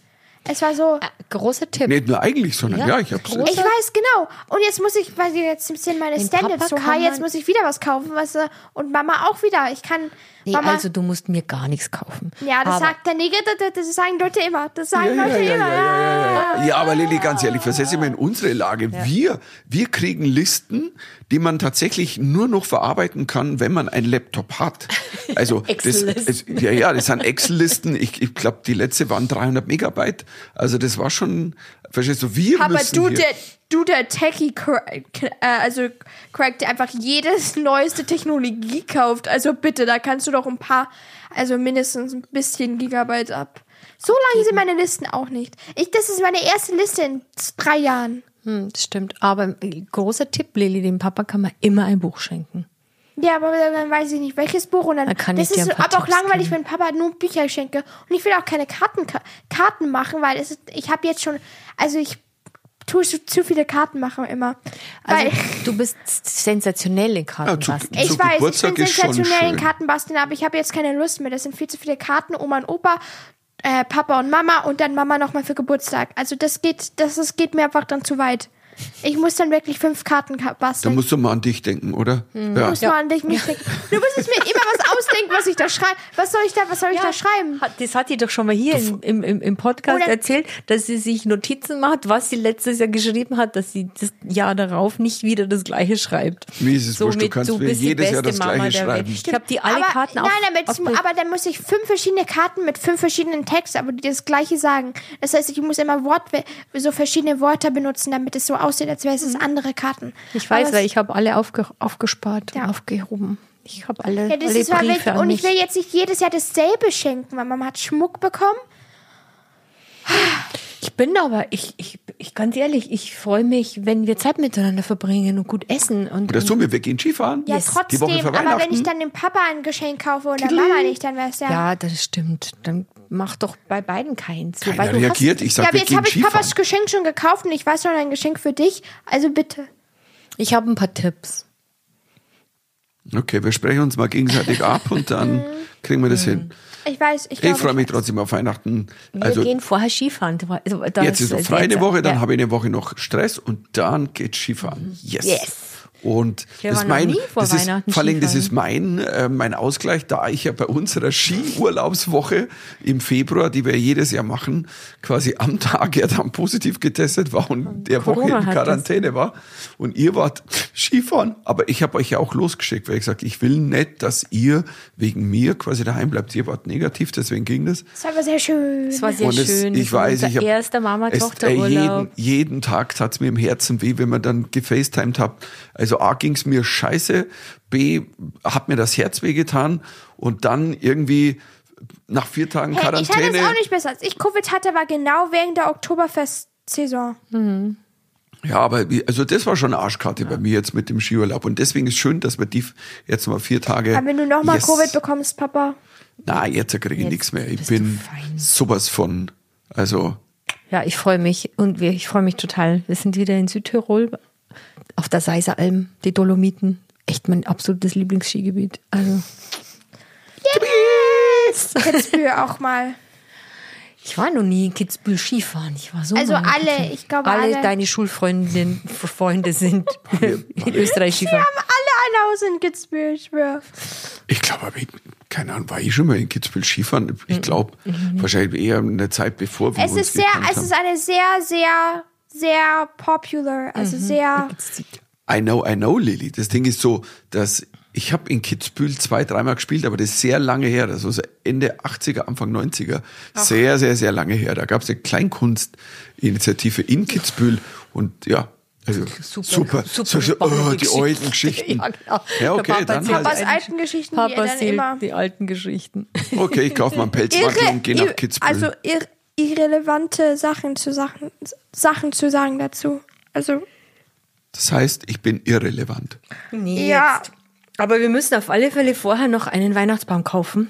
Es war so.
Großer Tipp.
Nicht nur eigentlich, sondern ja,
Ja,
ich habe
groß-
Ich weiß, genau. Und jetzt muss ich, weil wir jetzt sind meine
Den
Standards
Papa
so
kann
high, jetzt
man-
muss ich wieder was kaufen, weißt du? Und Mama auch wieder. Ich kann
Nee,
Mama.
also du musst mir gar nichts kaufen.
ja, das
aber,
sagt der Neger, das- das, das sagen Leute immer. Das sagen
Ja, ja,
Leute
ja,
immer.
ja, ja, ja. ja, aber Lilly, ganz ehrlich, versetze ich mal in unsere Lage. Wir, wir kriegen Listen, die man tatsächlich nur noch verarbeiten kann, wenn man einen Laptop hat. Also, das,
Excel-Listen.
es- ja, ja, das sind Excel-Listen. Ich, ich glaube, die letzte waren 300 Megabyte. Also, das war schon, verstehst du, wir
Aber
müssen
du
hier,
der, du, der Techie, cra- äh, also Craig, der einfach jedes neueste Technologie kauft. Also bitte, da kannst du doch ein paar, also mindestens ein bisschen Gigabyte ab. So lange sind meine Listen auch nicht. Ich, das ist meine erste Liste in drei Jahren.
Hm, das stimmt. Aber äh, großer Tipp, Lilly, dem Papa kann man immer ein Buch schenken.
Ja, aber dann weiß ich nicht, welches Buch. Und dann,
Dann kann
das
ich dir
ist
ein paar
aber auch
Tipps
langweilig, wenn Papa nur Bücher schenke. Und ich will auch keine Karten, Ka- Karten machen, weil es ist, ich habe jetzt schon, also ich tue zu, zu viele Karten machen immer.
Also,
weil,
du bist sensationell in
Ah,
Kartenbasteln.
Ja, zu-
ich weiß,
Geburtstag
ich bin
ist schon
sensationell in
schön.
Karten basteln, aber ich habe jetzt keine Lust mehr. Das sind viel zu viele Karten, Oma und Opa, äh, Papa und Mama und dann Mama nochmal für Geburtstag. Also das geht, das, das geht mir einfach dann zu weit. Ich muss dann wirklich fünf Karten ka-
Da
basteln.
musst du mal an dich denken, oder? Ja.
muss man an dich nicht denken. Du musst es mir immer was ausdenken, was ich da schreibe. Was soll ich da, was soll ich da schreiben?
Hat, das hat die doch schon mal hier im, im, im, im Podcast
Oder-
erzählt, dass sie sich Notizen macht, was sie letztes Jahr geschrieben hat, dass sie das Jahr darauf nicht wieder das gleiche schreibt.
Mir ist es wurscht, du kannst mir
bist die
jedes Jahr
beste
das
Mama
Gleiche
der Welt.
schreiben.
Ich habe die alle
aber,
Karten auf,
Nein, damit,
auf Bild.
aber dann muss ich fünf verschiedene Karten mit fünf verschiedenen Texten, aber die das gleiche sagen. Das heißt, ich muss immer Wort, so verschiedene Wörter benutzen, damit es so aussieht, als wäre es andere Karten.
Mhm. Ich weiß,
aber
weil ich habe alle aufge, aufgespart
Ja.
und aufgehoben. Ich habe alle,
Ja, das
alle
ist zwar
Briefe
wild,
an
und
mich.
ich will jetzt nicht jedes Jahr dasselbe schenken, weil Mama hat Schmuck bekommen.
Ich bin aber, ich, ich, ich ganz ehrlich, ich freue mich, wenn wir Zeit miteinander verbringen und gut essen. Und,
Oder so, wir gehen Skifahren.
Ja,
Die Woche
trotzdem,
vor
aber wenn
Weihnachten.
ich dann dem Papa ein Geschenk kaufe oder Mama nicht, dann wäre es ja.
ja, das stimmt. Dann mach doch bei beiden keins. Wobei
Keiner
du hast-
reagiert. Ich
Ja,
sag,
aber
wir
jetzt
gehen
habe ich
Skifahren.
Papas Geschenk schon gekauft und ich weiß schon ein Geschenk für dich. Also bitte.
Ich habe ein paar Tipps.
Okay, wir sprechen uns mal gegenseitig ab und dann kriegen wir das hin.
Ich weiß, ich,
Ich
glaube,
freue mich trotzdem auf Weihnachten.
Wir
Also
gehen vorher Skifahren. Da war- also, da
jetzt ist noch
also
frei eine
jetzt-
Woche, dann
ja.
habe ich eine Woche noch Stress und dann geht Skifahren. Yes.
Yes.
Und
Wir
das ist
waren noch
mein,
nie vor
das ist,
Weihnachten
vor allem, das
Skifahren.
ist mein, äh, mein Ausgleich, da ich ja bei unserer Skiurlaubswoche im Februar, die wir jedes Jahr machen, quasi am Tag ja dann positiv getestet war und, der
Corona
Woche in
hat das.
Quarantäne war. Und ihr wart Skifahren, aber ich habe euch ja auch losgeschickt, weil ich gesagt, ich will nicht, dass ihr wegen mir quasi daheim bleibt. Ihr wart negativ, deswegen ging das.
das war aber sehr schön.
Es war sehr
Und es-
schön.
Ich
Das war
weiß,
unser
ich hab,
erster
es, äh,
Mama-Tochter-Urlaub.
Jeden, jeden Tag tat es mir im Herzen weh, wenn man dann gefacetimed hat. Also A ging es mir scheiße, B hat mir das Herz weh getan und dann irgendwie nach vier Tagen
Hey, ich hatte
Quarantäne.
es auch nicht besser. Als ich Covid hatte, war genau wegen der Oktoberfest-Saison.
Ja, aber wie, also das war schon eine Arschkarte bei mir jetzt mit dem Skiurlaub und deswegen ist schön, dass wir die f- jetzt mal vier Tage.
Aber wenn du nochmal Covid bekommst, Papa.
Na, jetzt kriege ich
Jetzt
nichts mehr. Ich
bist du
bin
fein.
sowas von. Also
Ja, ich freue mich und wir, ich freue mich total. Wir sind wieder in Südtirol auf der Seiseralm, die Dolomiten. Echt mein absolutes Lieblingsskigebiet. Also yes!
Kitzbühel auch mal.
Ich war noch nie in Kitzbühel Skifahren. Ich war so
Also
mal in
alle,
Kitzbühel.
ich glaube, alle.
alle deine Schulfreundinnen Freunde sind in Österreich Skifahren.
Haben alle ein Haus in Kitzbühel, ich schwör.
Ich glaube, aber ich, keine Ahnung, war ich schon mal in Kitzbühel Skifahren? Ich glaube, wahrscheinlich eher in der Zeit bevor wir
Es
uns
ist sehr,
gekannt
es
haben.
ist eine sehr, sehr, sehr popular. Also sehr.
I know, I know, Lilly. Das Ding ist so, dass ich habe in Kitzbühel zwei, dreimal gespielt, aber das ist sehr lange her. Das war so Ende 80er, Anfang 90er. Sehr, sehr, sehr lange her. Da gab es eine Kleinkunstinitiative in Kitzbühel und ja, also super, super, so, so, oh,
spannende
die alten
Geschichte.
Geschichten.
Ja, genau.
ja
Der
okay,
Papa
dann
erzählt
halt.
Papas alten Geschichten, die
Papa
er dann
erzählt
immer-
die alten Geschichten.
Okay, ich kaufe mal einen Pelzmantel und gehe nach
ir-
Kitzbühel.
also ir irrelevante Sachen zu Sachen, Sachen zu sagen dazu. Also
das heißt, ich bin irrelevant.
Nee,
Ja.
jetzt. Aber wir müssen auf alle Fälle vorher noch einen Weihnachtsbaum kaufen.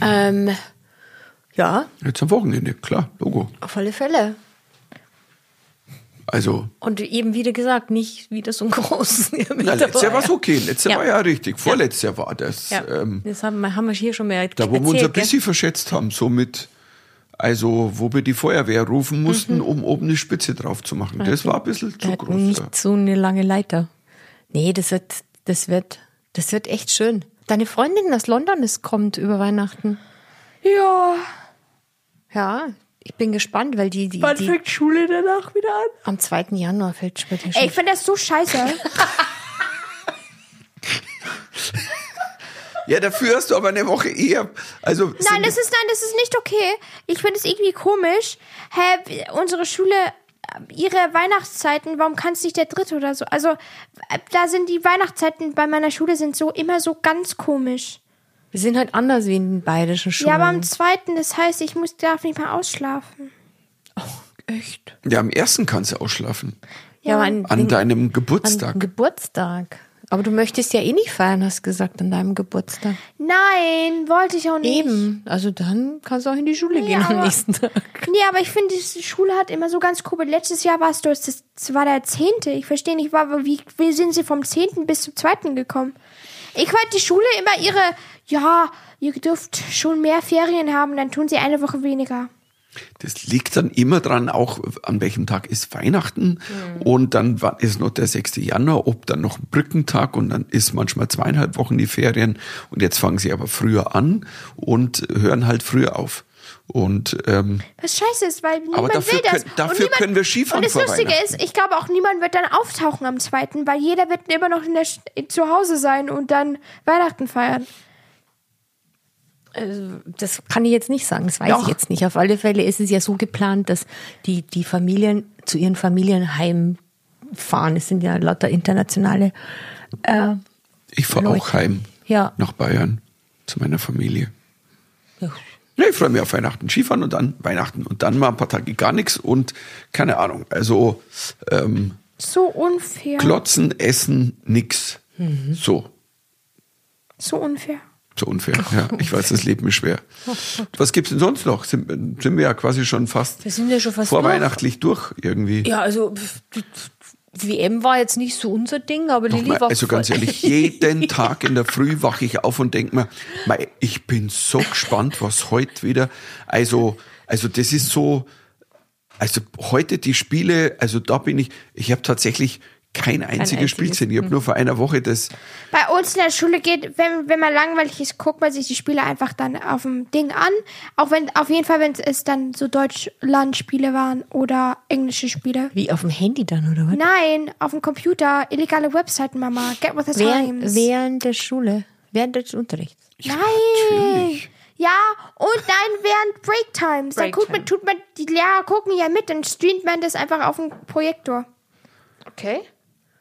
Ähm, ja,
Jetzt am Wochenende, klar, Logo.
auf alle Fälle.
Also,
Und eben wieder gesagt, nicht wieder so einen großen. der mit
na, letztes
dabei
Jahr war es
war.
okay. Letztes Jahr
Ja.
war ja richtig. Vorletztes Jahr war das.
Ja,
Ähm,
das haben wir, haben wir hier schon mehr
da, wo wir uns ein
erzählt, gell?
bisschen verschätzt haben, so mit, also, wo wir die Feuerwehr rufen mussten,
Mhm.
um oben eine Spitze drauf zu machen. Das war ein bisschen
Wir
zu
hatten
groß.
Äh, Nicht
Ja.
so eine lange Leiter. Nee, das wird, das wird, das wird echt schön. Deine Freundin aus London ist, kommt über Weihnachten.
ja,
Ja, ich bin gespannt, weil die, die,
wann
die
fängt Schule danach wieder an?
am 2. Januar fällt später schon.
Ey, ich finde das so scheiße.
ja, dafür hast du aber eine Woche eher. Also,
nein,
sind-
das ist nein, das ist nicht okay. Ich finde es irgendwie komisch. Hä, w- unsere Schule äh, ihre Weihnachtszeiten, warum kann es nicht der dritte oder so? Also, äh, da sind die Weihnachtszeiten bei meiner Schule sind so immer so ganz komisch.
Wir sind halt anders wie in den bayerischen Schulen.
Ja, aber am zweiten, das heißt, ich muss darf nicht mal ausschlafen.
echt.
ja, am ersten kannst du ausschlafen.
Ja, aber an,
An
an,
deinem
an
Geburtstag.
Geburtstag. Aber du möchtest ja eh nicht feiern, hast gesagt, an deinem Geburtstag.
Nein, wollte ich auch nicht.
Eben. Also dann kannst du auch in die Schule gehen am
aber-
nächsten Tag.
Nee, aber ich finde, die Schule hat immer so ganz komisch. Letztes Jahr warst du, das das war der zehnte. Ich verstehe nicht, war, wie, wie sind sie vom zehnten bis zum zweiten gekommen? Ich fand die Schule immer ihre, ja, ihr dürft schon mehr Ferien haben, dann tun sie eine Woche weniger.
Das liegt dann immer dran, auch an welchem Tag ist Weihnachten
Mhm.
und dann wa- ist noch der 6. Januar, ob dann noch ein Brückentag und dann ist manchmal zweieinhalb Wochen die Ferien und jetzt fangen sie aber früher an und hören halt früher auf. Und ähm,
Was scheiße ist, weil niemand
dafür
will das.
können- dafür
und niemand,
können wir Skifahren
Und das
vor
Lustige ist, ich glaube auch niemand wird dann auftauchen am zweiten, weil jeder wird immer noch in der, Sch- zu Hause sein und dann Weihnachten feiern.
Also, das kann ich jetzt nicht sagen, das weiß ich
Doch.
jetzt nicht. Auf alle Fälle ist es ja so geplant, dass die, die Familien zu ihren Familien heimfahren. Es sind ja lauter internationale. Äh,
ich fahre
Leute.
auch heim
Ja.
nach Bayern zu meiner Familie. Ja, ich freue mich auf Weihnachten Skifahren und dann Weihnachten und dann mal ein paar Tage gar nichts und keine Ahnung. Also ähm,
Ah.
So unfair.
Klotzen, Essen, nix.
Mhm.
So.
so unfair.
So unfair. Ja, ich weiß, das Leben ist schwer. Was gibt's denn sonst noch? Sind, sind wir ja quasi schon fast,
Wir sind ja schon fast
vorweihnachtlich durch, irgendwie.
ja, also pf, die- pf, WM war jetzt nicht so unser Ding, aber Lilly
Nochmal,
war
also ganz
voll-
ehrlich, jeden Tag in der Früh wache ich auf und denke mir, mei, ich bin so gespannt, was heute wieder. Also, also das ist so, also heute die Spiele, also da bin ich, ich habe tatsächlich kein einziges
einziges. Mhm.
Spiel gesehen. Ich habe nur vor einer Woche das,
Bei uns in der Schule geht, wenn, wenn man langweilig ist, guckt man sich die Spiele einfach dann auf dem Ding an. Auch wenn, auf jeden Fall, wenn es dann so Deutschland-Spiele waren oder englische Spiele.
Wie auf dem Handy dann, oder was?
Nein, auf dem Computer, illegale Webseiten, Mama. Get with the times.
Während, während der Schule, während des Unterrichts.
Nein. Ja, und nein, während Break Times. Dann
Break
guckt man,
Time.
tut man, die Lehrer gucken ja mit, dann streamt man das einfach auf dem Projektor.
Okay.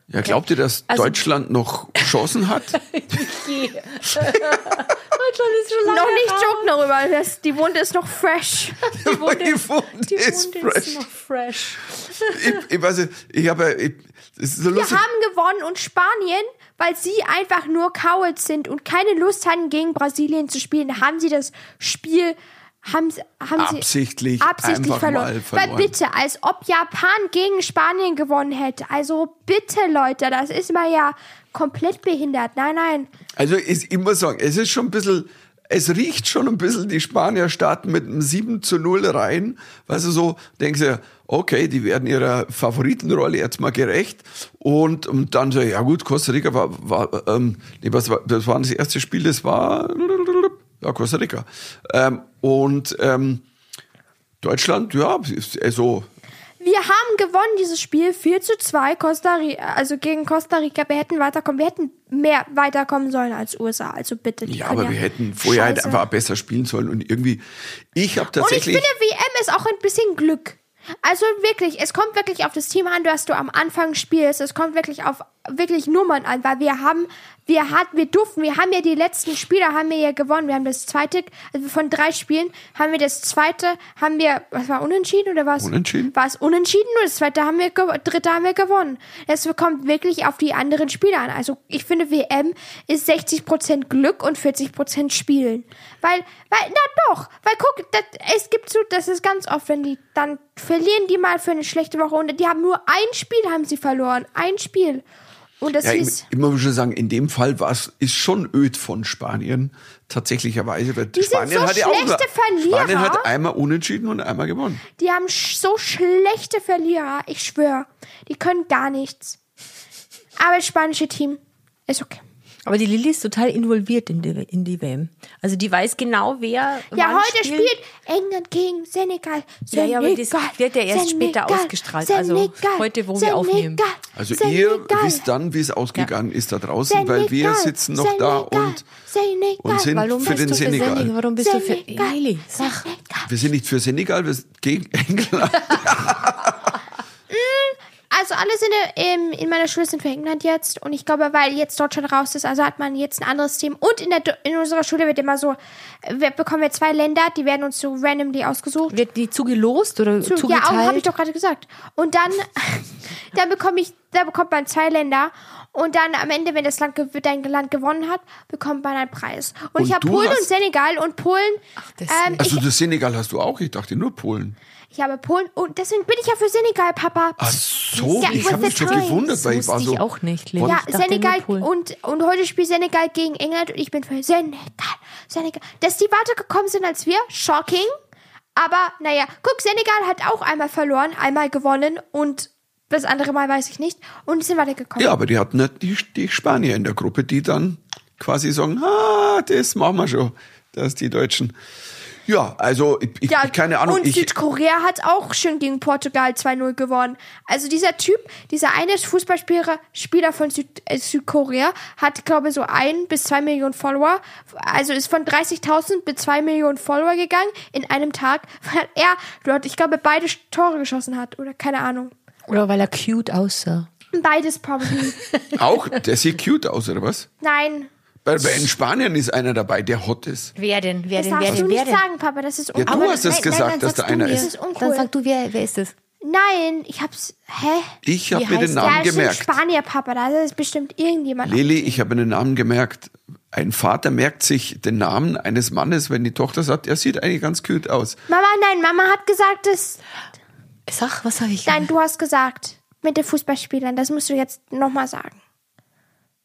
ja, glaubt ihr, dass
Also-
Deutschland noch Chancen hat?
Deutschland ist schon
Noch nicht joken darüber, das, die Wunde ist noch fresh.
Die Wunde
Die
ist
Wunde
fresh.
ist noch fresh.
ich, ich weiß nicht, ich habe, ich, das ist so
Wir
lustig.
haben gewonnen und Spanien, weil sie einfach nur Cowards sind und keine Lust hatten, gegen Brasilien zu spielen, haben sie das Spiel haben, sie- haben
Absichtlich
sie absichtlich
einfach
verloren.
mal verloren.
Weil bitte, als ob Japan gegen Spanien gewonnen hätte. Also bitte, Leute, das ist mal ja komplett behindert. Nein, nein.
Also ist immer sagen, es ist schon ein bisschen, es riecht schon ein bisschen, die Spanier starten mit einem 7 zu 0 rein. Weißt du so, denkst du, okay, die werden ihrer Favoritenrolle jetzt mal gerecht. Und, und dann so, ja gut, Costa Rica war, war ähm, nee, was war, das war das erste Spiel, das war ja, Costa Rica. Ähm, und ähm, Deutschland, ja, ist- also
Wir haben gewonnen dieses Spiel 4 zu 2 Costa Rica, also gegen Costa Rica. Wir hätten weiterkommen, wir hätten mehr weiterkommen sollen als USA. Also bitte. die
Ja,
können
aber wir hätten vorher halt
Scheiße.
einfach besser spielen sollen und irgendwie, ich habe
Und ich
tatsächlich,
finde, WM ist auch ein bisschen Glück. Also wirklich, es kommt wirklich auf das Team an, das du am Anfang spielst. Es kommt wirklich auf wirklich Nummern an, weil wir haben, wir hat, wir durften, wir haben ja die letzten Spiele, haben wir ja gewonnen. Wir haben das zweite, also von drei Spielen haben wir das zweite, haben wir, was war unentschieden oder was?
Unentschieden?
War es unentschieden und das zweite haben wir, gew- dritte haben wir gewonnen. Es kommt wirklich auf die anderen Spiele an. Also ich finde, WM ist 60% Glück und 40% Spielen. Weil, weil, na doch, weil guck, das, es gibt so, das ist ganz oft, wenn die, dann verlieren die mal für eine schlechte Woche und die haben nur ein Spiel haben sie verloren. Ein Spiel. Und das
ja, ich,
hieß,
ich muss schon sagen, in dem Fall war's, ist schon öd von Spanien, tatsächlicherweise, weil
sind
Spanien
so
hat ja auch,
schlechte
Spanien
Verlierer.
hat einmal unentschieden und einmal gewonnen.
die haben sch so schlechte Verlierer, ich schwöre. Die können gar nichts. Aber das spanische Team ist okay.
Aber die Lilly ist total involviert in die, in die WM. Also die weiß genau, wer.
Ja,
wann
heute spielt England gegen Senegal.
Ja,
Senegal
ja, aber das wird ja erst später ausgestrahlt. Also heute, wo wir aufnehmen.
Also ihr
Senegal,
wisst dann, wie es ausgegangen ist da draußen, weil wir
Senegal,
sitzen noch da
Senegal,
und
Senegal,
und sind-
Warum
für
bist
den
du
Senegal.
für Senegal? Warum bist du für.
Senegal,
Lilly, sag.
Senegal.
wir sind nicht für Senegal, wir sind gegen England.
Also alles in, der, ähm, in meiner Schule sind für England jetzt und ich glaube, weil jetzt Deutschland raus ist, also hat man jetzt ein anderes Team. Und in, der, Do- in unserer Schule wird immer so, äh, wir bekommen wir zwei Länder, die werden uns so randomly ausgesucht.
Wird die zugelost
Ja,
oder
auch habe ich
zugeteilt?
doch gerade gesagt. Und dann Dann bekomme ich, da bekommt man zwei Länder und dann am Ende, wenn das Land, gew- dein Land gewonnen hat, bekommt man einen Preis. Und,
Und
ich habe
du
Polen
hast-
und Senegal und Polen. ähm,
deswegen.
ich,
Also das Senegal hast du auch, ich dachte nur Polen.
ich habe Polen und deswegen bin ich ja für Senegal, Papa.
Ach so,
Ja,
ich
was
habe mich
der
schon
Times
gewundert, weil ich
wusste
war so.
ich auch nicht, Lea.
Ja,
Ich dachte
Senegal
nur Polen.
und, und heute spielt Senegal gegen England und ich bin für Senegal. Senegal. Dass die weitergekommen sind als wir, shocking. Aber naja, guck, Senegal hat auch einmal verloren, einmal gewonnen und das andere Mal weiß ich nicht. Und sind weitergekommen.
Ja, aber die hatten halt die, die Spanier in der Gruppe, die dann quasi sagen, ah, das machen wir schon, dass die Deutschen. Ja, also ich, ich
Ja,
keine Ahnung,
Und
ich,
Südkorea hat auch schön gegen Portugal 2-0 gewonnen. Also dieser Typ, dieser eine Fußballspieler Spieler von Süd, äh, Südkorea hat, glaube ich, so ein bis zwei Millionen Follower. Also ist von 30.000 bis zwei Millionen Follower gegangen in einem Tag, weil er dort, ich glaube, beide Tore geschossen hat oder keine Ahnung.
Oder weil er cute aussah.
Beides probably.
auch, der sieht cute aus, oder was?
Nein.
Weil bei in Spanien ist einer dabei, der hot ist.
Wer denn? Wer
Das darfst du nicht sagen, Papa. Das ist
Ja, du
uncool.
hast es gesagt, dass da einer
ist. Das ist uncool.
Dann sag du, wer, wer ist es?
Nein, ich hab's. Hä?
Ich habe
Wie
mir den
heißt
Namen
ja, das
gemerkt.
ist ein Spanier, Papa. Da ist bestimmt irgendjemand.
Lili, ich habe mir den Namen gemerkt. Ein Vater merkt sich den Namen eines Mannes, wenn die Tochter sagt, er sieht eigentlich ganz cute aus.
Mama, nein, Mama hat gesagt, dass.
Sag, was habe ich
Nein, du hast gesagt. Mit den Fußballspielern. Das musst du jetzt nochmal sagen.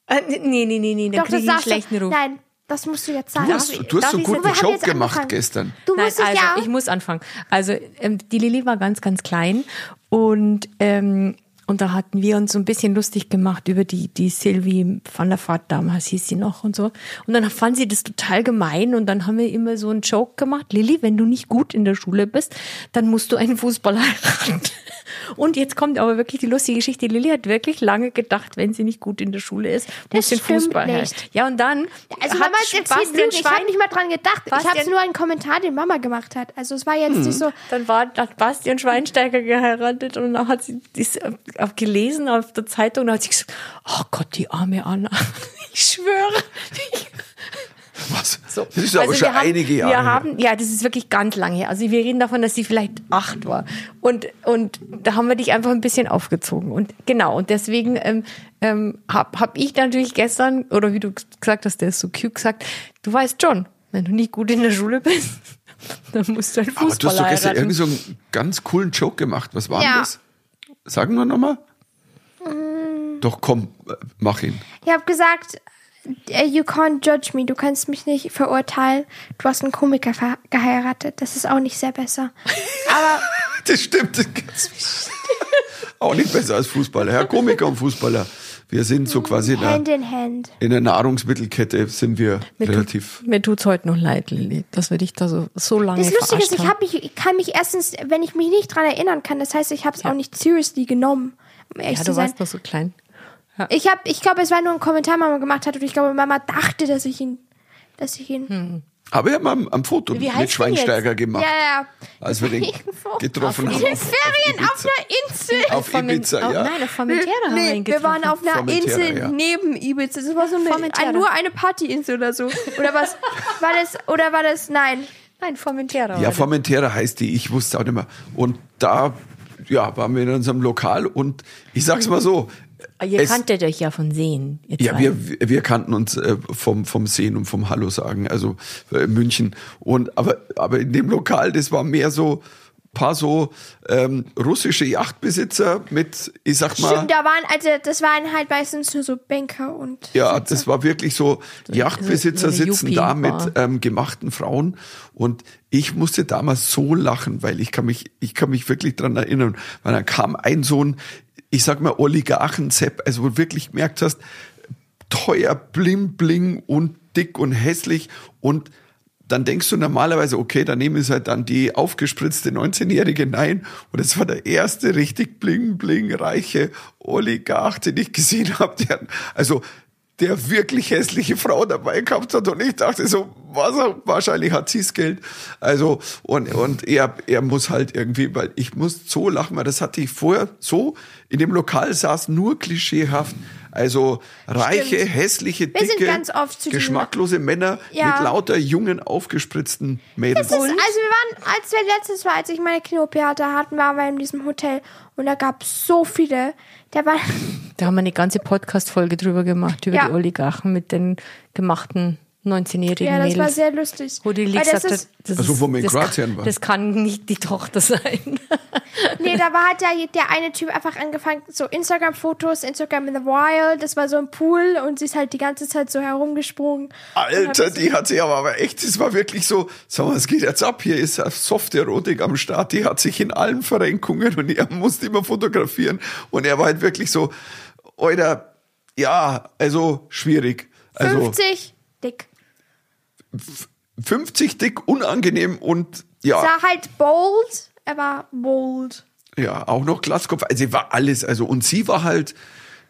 Ah, Nee, nee, nee, nee, dann
Doch, das
krieg ich einen
sagst
schlechten
du.
Ruf.
Nein, das musst du jetzt sagen.
Du hast, du hast
darf
so einen
ich sagen?
guten
Wir haben
Job
jetzt
gemacht
angefangen.
gestern.
Du
Nein,
musst es
also
ja.
ich muss anfangen. Also ähm, die Lilly war ganz, ganz klein und, ähm, und da hatten wir uns so ein bisschen lustig gemacht über die, die Sylvie van der Vaart damals hieß sie noch und so. Und dann fand sie das total gemein und dann haben wir immer so einen Joke gemacht. Lilly, wenn du nicht gut in der Schule bist, dann musst du einen Fußballer heiraten. Und jetzt kommt aber wirklich die lustige Geschichte. Lilly hat wirklich lange gedacht, wenn sie nicht gut in der Schule ist, muss sie den
stimmt
Fußball
nicht.
heiraten. Ja, und dann
also
hat
Mama ist jetzt nicht
Sebastian
Lügen. Ich habe
Schwein-
nicht mal dran gedacht. Ich
Bastian-
habe nur einen Kommentar, den Mama gemacht hat. Also es war jetzt
Hm.
nicht so.
Dann war, hat Bastian Schweinsteiger geheiratet und dann hat sie das äh, gelesen auf der Zeitung und hat sie gesagt, oh Gott, die arme Anna. Ich schwöre.
Was?
So.
Das ist aber
Also
schon
wir haben,
einige Jahre.
Wir
her.
haben, ja, das ist wirklich ganz lang her. Also wir reden davon, dass sie vielleicht acht war. Und, und da haben wir dich einfach ein bisschen aufgezogen. Und genau, und deswegen ähm, ähm, habe hab ich natürlich gestern, oder wie du gesagt hast, der ist so cute gesagt, du weißt schon, wenn du nicht gut in der Schule bist, dann musst du ein
Aber du hast
Fußballer
doch gestern
heiraten.
irgendwie so einen ganz coolen Joke gemacht. Was war denn
Ja.
das? Sagen wir nochmal?
Hm.
Doch komm, äh, mach ihn.
Ich habe gesagt, äh, you can't judge me. Du kannst mich nicht verurteilen. Du hast einen Komiker ver- geheiratet. Das ist auch nicht sehr besser. Aber
Das stimmt. Das gibt's. Auch nicht besser als Fußballer. Herr Komiker und Fußballer. Wir sind so quasi in der,
hand in hand.
in der Nahrungsmittelkette sind wir
Mir
relativ.
Tut, mir tut's heute noch leid, Lilly, dass wir dich da so, so lange
Das Lustige ist,
verarscht
ich,
haben.
hab mich, ich kann mich erstens, wenn ich mich nicht dran erinnern kann, das heißt, ich habe es auch nicht seriously genommen, um ehrlich
Ja,
zu
du
sein.
warst doch so klein.
Ich habe, ich glaube, es war nur ein Kommentar, Mama gemacht hat und ich glaube, Mama dachte, dass ich ihn, dass ich ihn,
Hm.
Aber wir haben am, am Foto
Wie heißt
mit
die
Schweinsteiger gemacht,
ja, ja, ja.
als wir den
Irgendwo.
getroffen
In
haben.
den
auf- auf
Ferien auf,
Ibiza.
einer Insel.
Auf Ibiza,
oh,
ja.
Nein, auf Formentera haben wir ihn
Nee, wir waren
getroffen.
auf einer
Formentera,
Insel
ja.
neben Ibiza. Das war so eine,
Formentera.
ein, nur eine Partyinsel oder so. Oder was? war das? Oder war das? Nein.
Nein, Formentera.
Ja,
war das.
Formentera heißt die, ich wusste auch nicht mehr. Und da ja, waren wir in unserem Lokal und ich sag's mal so.
Ah, Ihr
es-
kanntet euch ja von Sehen. ihr
ja,
zwei.
wir, wir kannten uns äh, vom, vom Sehen und vom Hallo sagen, also äh, in München. Und, aber, aber in dem Lokal, das war mehr so paar so ähm, russische Yachtbesitzer mit, ich sag mal.
Stimmt, da waren, also das waren halt meistens nur so Banker und.
Ja, das war wirklich so, Yachtbesitzer
so eine
sitzen da
Yuppie-Bar.
mit ähm, gemachten Frauen und ich musste damals so lachen, weil ich kann mich, ich kann mich wirklich dran erinnern, weil dann kam ein so ein, ich sag mal Oligarchen-Sepp, also wo du wirklich gemerkt hast, teuer, bling, bling und dick und hässlich und dann denkst du normalerweise, okay, daneben ist halt dann die aufgespritzte 19-Jährige. Nein, und das war der erste richtig bling, bling reiche Oligarch, den ich gesehen habe. Der, also der wirklich hässliche Frau dabei gehabt hat. Und ich dachte so, was, wahrscheinlich hat sie's Geld. Also, und, und er, er muss halt irgendwie, weil ich muss so lachen, weil das hatte ich vorher so, in dem Lokal saß nur klischeehaft Also reiche,
Stimmt.
hässliche,
Wir sind
dicke,
ganz oft zu diesem-
geschmacklose Männer
Ja.
mit lauter jungen, aufgespritzten Mädels.
Das ist, also wir waren, als wir letztes Mal, als ich meine Kinope hatte, hatten, waren wir in diesem Hotel und da gab es so viele. Da waren
Da haben wir eine ganze Podcast-Folge drüber gemacht, über
Ja.
die Oligarchen mit den gemachten 19-jährigen
ja, das
Mädels.
war sehr lustig.
wo die Leaks
Weil das
sagt,
ist,
das
Also,
ist-
wo wir in
das
Kroatien
kann,
waren.
Das kann nicht die Tochter sein.
nee, da war hat ja der eine Typ einfach angefangen, so Instagram-Fotos, Instagram in the Wild, das war so ein Pool und sie ist halt die ganze Zeit so herumgesprungen.
Alter, die hat sich aber, aber echt, das war wirklich so, sag mal, es geht jetzt ab, hier ist Soft-Erotik am Start, die hat sich in allen Verrenkungen und er musste immer fotografieren und er war halt wirklich so, Alter, ja, also schwierig. Also
50, dick.
50 dick, unangenehm und
Ah.
ja,
Sah halt bold, er war bold.
ja, auch noch Glatzkopf. Also sie war alles, also und sie war halt,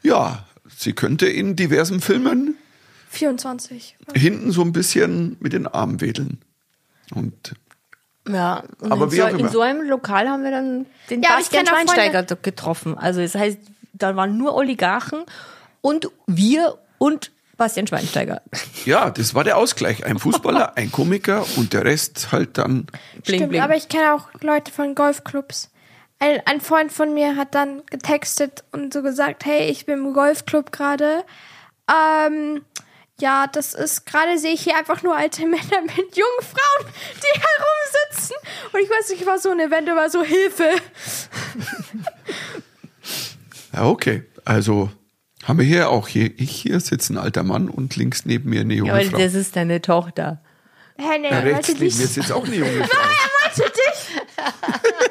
ja, sie könnte in diversen Filmen
24.
hinten so ein bisschen mit den Armen wedeln. Und
Ja, und
Aber
in,
wie
so,
auch immer.
in so einem Lokal haben wir dann den
Ja, aber ich
Bastian
kenn auch
Schweinsteiger getroffen. Also das heißt, da waren nur Oligarchen und wir und Bastian Schweinsteiger.
Ja, das war der Ausgleich. Ein Fußballer, ein Komiker und der Rest halt dann.
Bling,
Stimmt,
bling.
aber ich kenne auch Leute von Golfclubs. Ein, ein Freund von mir hat dann getextet und so gesagt, hey, ich bin im Golfclub gerade. Ähm, ja, das ist, gerade sehe ich hier einfach nur alte Männer mit jungen Frauen, die herumsitzen. Und ich weiß nicht, ich war so eine Wende, war so Hilfe.
Ja, okay. Also haben wir hier auch hier. Ich hier sitzt ein alter Mann und links neben mir eine
ja,
junge
weil
Frau.
das ist deine Tochter.
Hä, nee,
Ja,
er
rechts
wollte
neben mir
dich.
sitzt auch eine junge Frau.
Er wollte dich.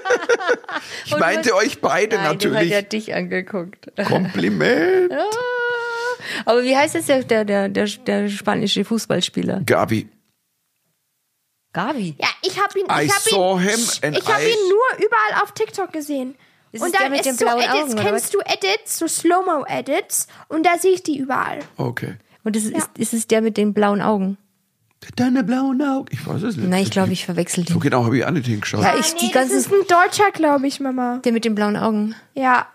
Ich meinte euch beide
Nein, die hat ja
natürlich.
dich angeguckt. Ah.
Kompliment.
Aber wie heißt jetzt der, der, der, der, der spanische Fußballspieler?
Gabi.
Gavi.
Ja, ich habe ihn,
I
ich habe
saw
ihn,
him and
ich hab
I-
ihn nur überall auf TikTok gesehen.
Ist
und
es der
dann
mit den
ist so
blauen
Edits,
Augen, oder
kennst du Edits, so Slow-Mo-Edits und da sehe ich die überall.
Okay.
Und ist, ist, ist es der mit den blauen Augen?
Deine blauen Augen. Ich weiß es nicht.
Nein, ich glaube, ich verwechsel
So
den.
genau habe ich auch nicht hingeschaut.
Ja,
Ah,
ich,
nee,
die
das ist
ganzen,
ein Deutscher, glaube ich, Mama.
der mit den blauen Augen.
Ja,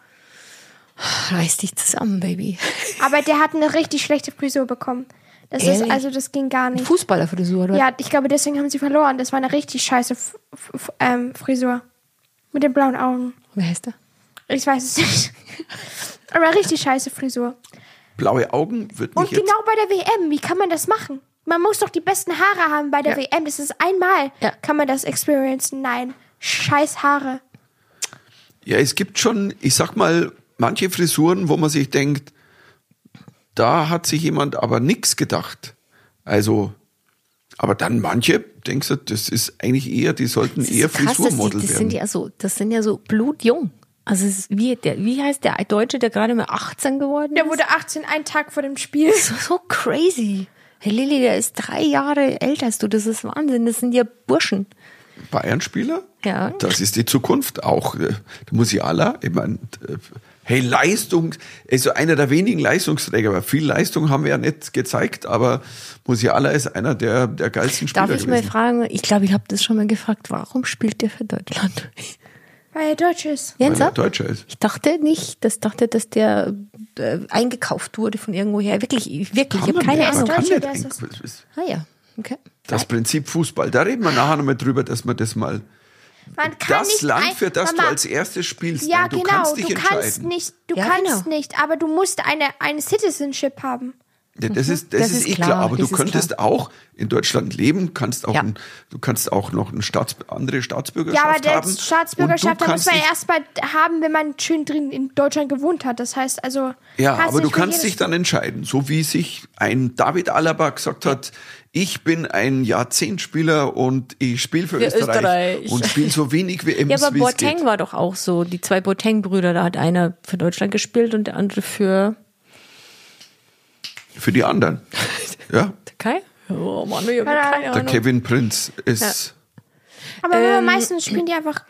Reiß dich zusammen, Baby.
aber der hat eine richtig schlechte Frisur bekommen. Das ist
Ehrlich?
also das ging gar nicht.
Fußballerfrisur, oder?
Ja, ich glaube, deswegen haben sie verloren. Das war eine richtig scheiße F F ähm, Frisur mit den blauen Augen.
Wie heißt der?
Ich weiß es nicht. aber richtig scheiße Frisur.
Blaue Augen wird mich
Und
jetzt.
genau bei der WM, wie kann man das machen? Man muss doch die besten Haare haben bei der
Ja.
WM. Das ist einmal.
Ja.
Kann man das experiencen? Nein. Scheiß Haare.
Ja, es gibt schon, ich sag mal, manche Frisuren, wo man sich denkt, da hat sich jemand aber nichts gedacht. Also, aber dann manche, denkst du, das ist eigentlich eher, die sollten
Das ist
eher
so krass, dass die,
Frisurmodel
das
werden.
sind ja so, das sind ja so blutjung. Also es ist wie der, wie heißt der Deutsche, der gerade mal 18 geworden
Der
ist?
wurde 18, einen Tag vor dem Spiel.
so, so crazy. Hey Lilly, der ist drei Jahre älter als du. Das ist Wahnsinn. Das sind ja Burschen.
Bayern-Spieler?
Ja.
Das ist die Zukunft auch. äh, Da muss ich aller, ich meine, äh, hey, Leistung, also einer der wenigen Leistungsträger, weil viel Leistung haben wir ja nicht gezeigt, aber Musiala ist einer der, der geilsten Spieler
Darf ich mal
gewesen.
fragen? Ich glaube, ich habe das schon mal gefragt. Warum spielt der für Deutschland?
Weil er deutsch ist.
weil
Jens,
er
sag.
Deutscher ist.
ich dachte nicht, das dachte, dass der äh, eingekauft wurde von irgendwoher. Wirklich, ich- wirklich, ich
Kann man
habe keine
nicht, man
Ahnung.
Deutscher,
kann
der
nicht
ist
ein- das ist-
Ah ja, okay.
Das Prinzip Fußball, da reden wir nachher nochmal drüber, dass man das mal.
Man kann
Das
nicht
Land,
ein-
für das du
Mama,
als erstes spielst,
Ja,
nein, du
genau.
kannst dich
du
entscheiden.
kannst nicht, du
Ja,
kannst
genau.
nicht, aber du musst eine, eine Citizenship haben.
Ja, das ist, das
Das
ist,
ist
eh klar,
klar,
aber
das
du
ist klar.
könntest auch in Deutschland leben, kannst auch
Ja.
ein, du kannst auch noch eine Staats, andere Staatsbürgerschaft
Ja, aber der
haben.
Staatsbürgerschaft
und
da
du
muss
kannst
man
dich-
erstmal haben, wenn man schön drin in Deutschland gewohnt hat. Das heißt also.
Ja,
kannst
aber du
nicht für
kannst
jedes-
dich dann entscheiden, so wie sich ein David Alaba gesagt hat, ich bin ein Jahrzehntspieler und ich spiele für,
Für
Österreich,
Österreich.
und spiele so wenig WMs
Ja, aber
wie es geht.
Boateng war doch auch so. Die zwei Boateng-Brüder, da hat einer für Deutschland gespielt und der andere für
Für die anderen. Ja,
Türkei. Oh Mann, ich habe keine
der
Ahnung.
Kevin Prinz ist.
Aber Mama,
Ähm,
meistens spielen die einfach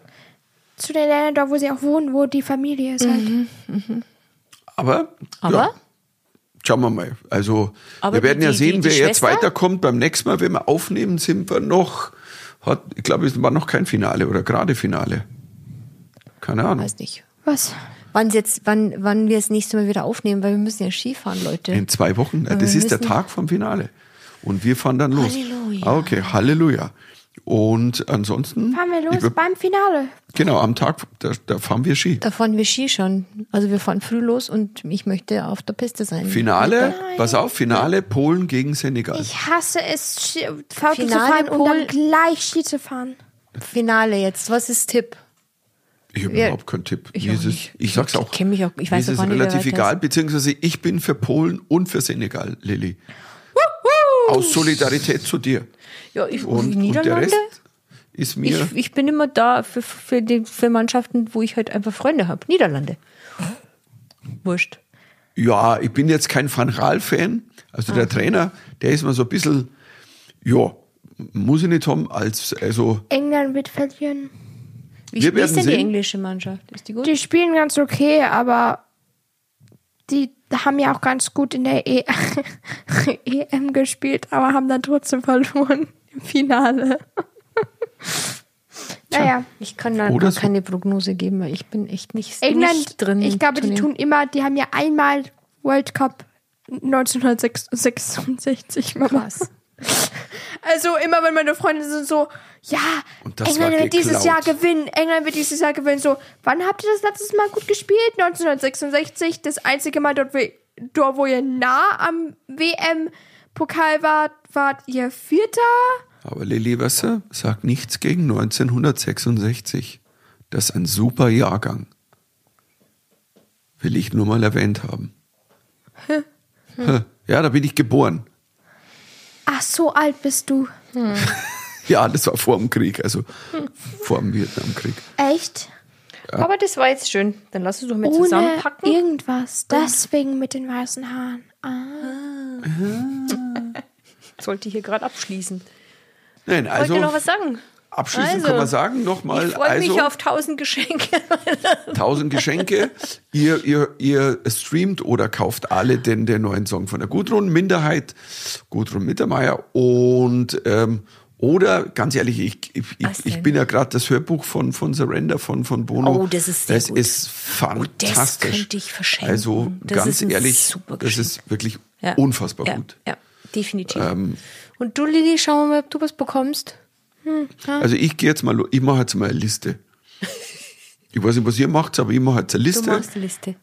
zu den Ländern, dort, wo sie auch wohnen, wo die Familie ist
Mhm.
halt.
Aber,
Aber?
Ja, schauen wir mal. Also,
Aber
wir werden
die-
ja
die-
sehen,
die
wer jetzt
Schwester?
weiterkommt. Beim nächsten Mal, wenn wir aufnehmen, sind wir noch, hat, ich glaube, es war noch kein Finale oder gerade Finale. Keine Ahnung.
Weiß nicht.
Was?
wann's jetzt, wann, wann wir das nächste Mal wieder aufnehmen, weil wir müssen ja Skifahren, Leute.
In zwei Wochen.
Aber
Das
wir
ist der
müssen-
Tag vom Finale. Und wir fahren dann los.
Halleluja.
Ah, Okay, Halleluja. Und ansonsten.
Fahren wir los
Ich würd-
beim Finale.
Genau, am Tag, da, da fahren wir Ski.
Da fahren wir Ski schon. Also wir fahren früh los und ich möchte auf der Piste sein.
Finale, pass auf, Finale Polen gegen Senegal.
Ich hasse es, Ski- Auto zu
Finale
fahren und
Pol-
dann gleich Ski zu fahren.
Finale jetzt. Was ist Tipp?
Ich habe
Ja,
überhaupt keinen Tipp.
ich
Mir
auch
ist es,
nicht.
ich sag's
Ich
auch.
kenn mich auch- ich
Mir
weiß
ist es
auch gar nicht, wer
relativ
weiter
egal, beziehungsweise ich bin für Polen und für Senegal, Lilly. Aus Solidarität zu dir.
Ja, ich,
Und, und der
Niederlande?
Rest ist mir.
ich, ich bin immer da für, für, die, für Mannschaften, wo ich halt einfach Freunde habe. Niederlande. Wurscht.
ja, ich bin jetzt kein Van Raal-Fan. Also
Ah.
der Trainer, der ist mir so ein bisschen, ja, muss ich nicht haben, als, also,
England wird verlieren.
Wie,
Wir
wie
werden
ist denn die
sehen.
englische Mannschaft? Ist die gut?
Die spielen ganz okay, aber die haben ja auch ganz gut in der e EM gespielt, aber haben dann trotzdem verloren im Finale. naja,
Ich kann da
Oder
gar
so.
keine Prognose geben, weil ich bin echt nicht,
England,
nicht drin.
ich
im
glaube, die
Turnier.
tun immer, die haben ja einmal World Cup 1966 Mama.
Krass.
Also immer, wenn meine Freunde sind so, ja,
Und das
England
war
wird dieses
geklaut.
Jahr gewinnen, England wird dieses Jahr gewinnen. So, wann habt ihr das letztes Mal gut gespielt? 1966, das einzige Mal dort, wo- dort wo ihr nah am WM-Pokal wart, wart ihr Vierter?
aber Lilly Wasser sagt nichts gegen 1966. Das ist ein super Jahrgang. Will ich nur mal erwähnt haben.
Hm.
Hä? Ja, da bin ich geboren.
Ach, so alt bist du.
Ja, das war vor dem Krieg, also vor dem Vietnamkrieg.
Echt?
Aber das war jetzt schön. Dann lass es doch mal
Ohne
zusammenpacken.
irgendwas. Deswegen mit den weißen Haaren. Ah.
sollte hier gerade abschließen.
Nein,
Wollt
also
ihr noch was sagen?
abschließend
Also,
kann man sagen, nochmal,
Ich freue
also
mich auf 1000 Geschenke.
1000 Geschenke. ihr, ihr, ihr streamt oder kauft alle den, den neuen Song von der Gudrun Minderheit, Gudrun Mittermeier und ähm, oder ganz ehrlich, ich, ich,
Was
ich, ich
denn?
bin ja gerade das Hörbuch von, von Surrender von, von Bono.
Oh, das ist sehr
Das
gut. Oh,
ist fantastisch.
könnte ich verschenken.
Also
Das
ganz
ist ein
ehrlich,
super
das ist
Geschenk.
wirklich
Ja.
unfassbar
ja.
gut. Ähm,
Ja, definitiv. Und du, Lili, schauen wir mal, ob du was bekommst.
Also ich gehe jetzt mal, lo- ich mache jetzt mal eine Liste. Ich weiß nicht, was ihr macht, aber ich mache jetzt eine
Du
Liste.
machst die Liste.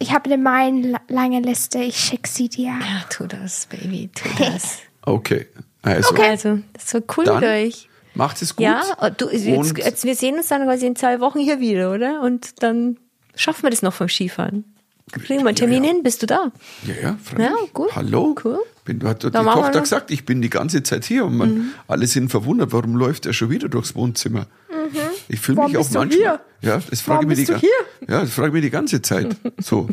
Ich habe eine mein lange Liste. Ich schick sie dir.
Ja, Ah, tu das, Baby, tu das.
Okay. Also,
Also, das war cool
dann
mit euch.
macht es gut.
Ja, äh, du, jetzt,
und
jetzt, wir sehen uns dann quasi in zwei Wochen hier wieder, oder? Und dann schaffen wir das noch vom Skifahren. Kriegen wir einen
Ja,
Termin
ja.
hin? Bist du da?
Ja, ja, freilich.
Ja, gut,
Hallo?
cool.
Bin, hat hat die
Dann machen wir Mhm.
Tochter
noch-
gesagt, ich bin die ganze Zeit hier und man, alle sind verwundert, warum läuft er schon wieder durchs Wohnzimmer?
Mhm.
Ich fühle
Warum
mich auch
bist du
manchmal.
hier?
Ja, das frage
Warum
ich mich
bist
die,
du
ga- Ja, das frage ich mich die ganze Zeit. So,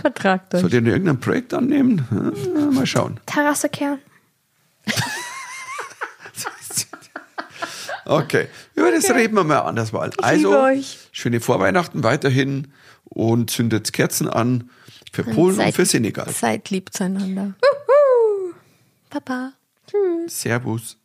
Vertragt euch.
soll ich denn irgendein Projekt annehmen? Hm, mal schauen.
Terrasse kehren.
Okay. Über das reden wir mal anders mal. also,
liebe euch.
schöne Vorweihnachten weiterhin und zündet Kerzen an für Polen und
seid-
für Senegal. Hm.
Seid lieb zueinander. Papa.
Servus.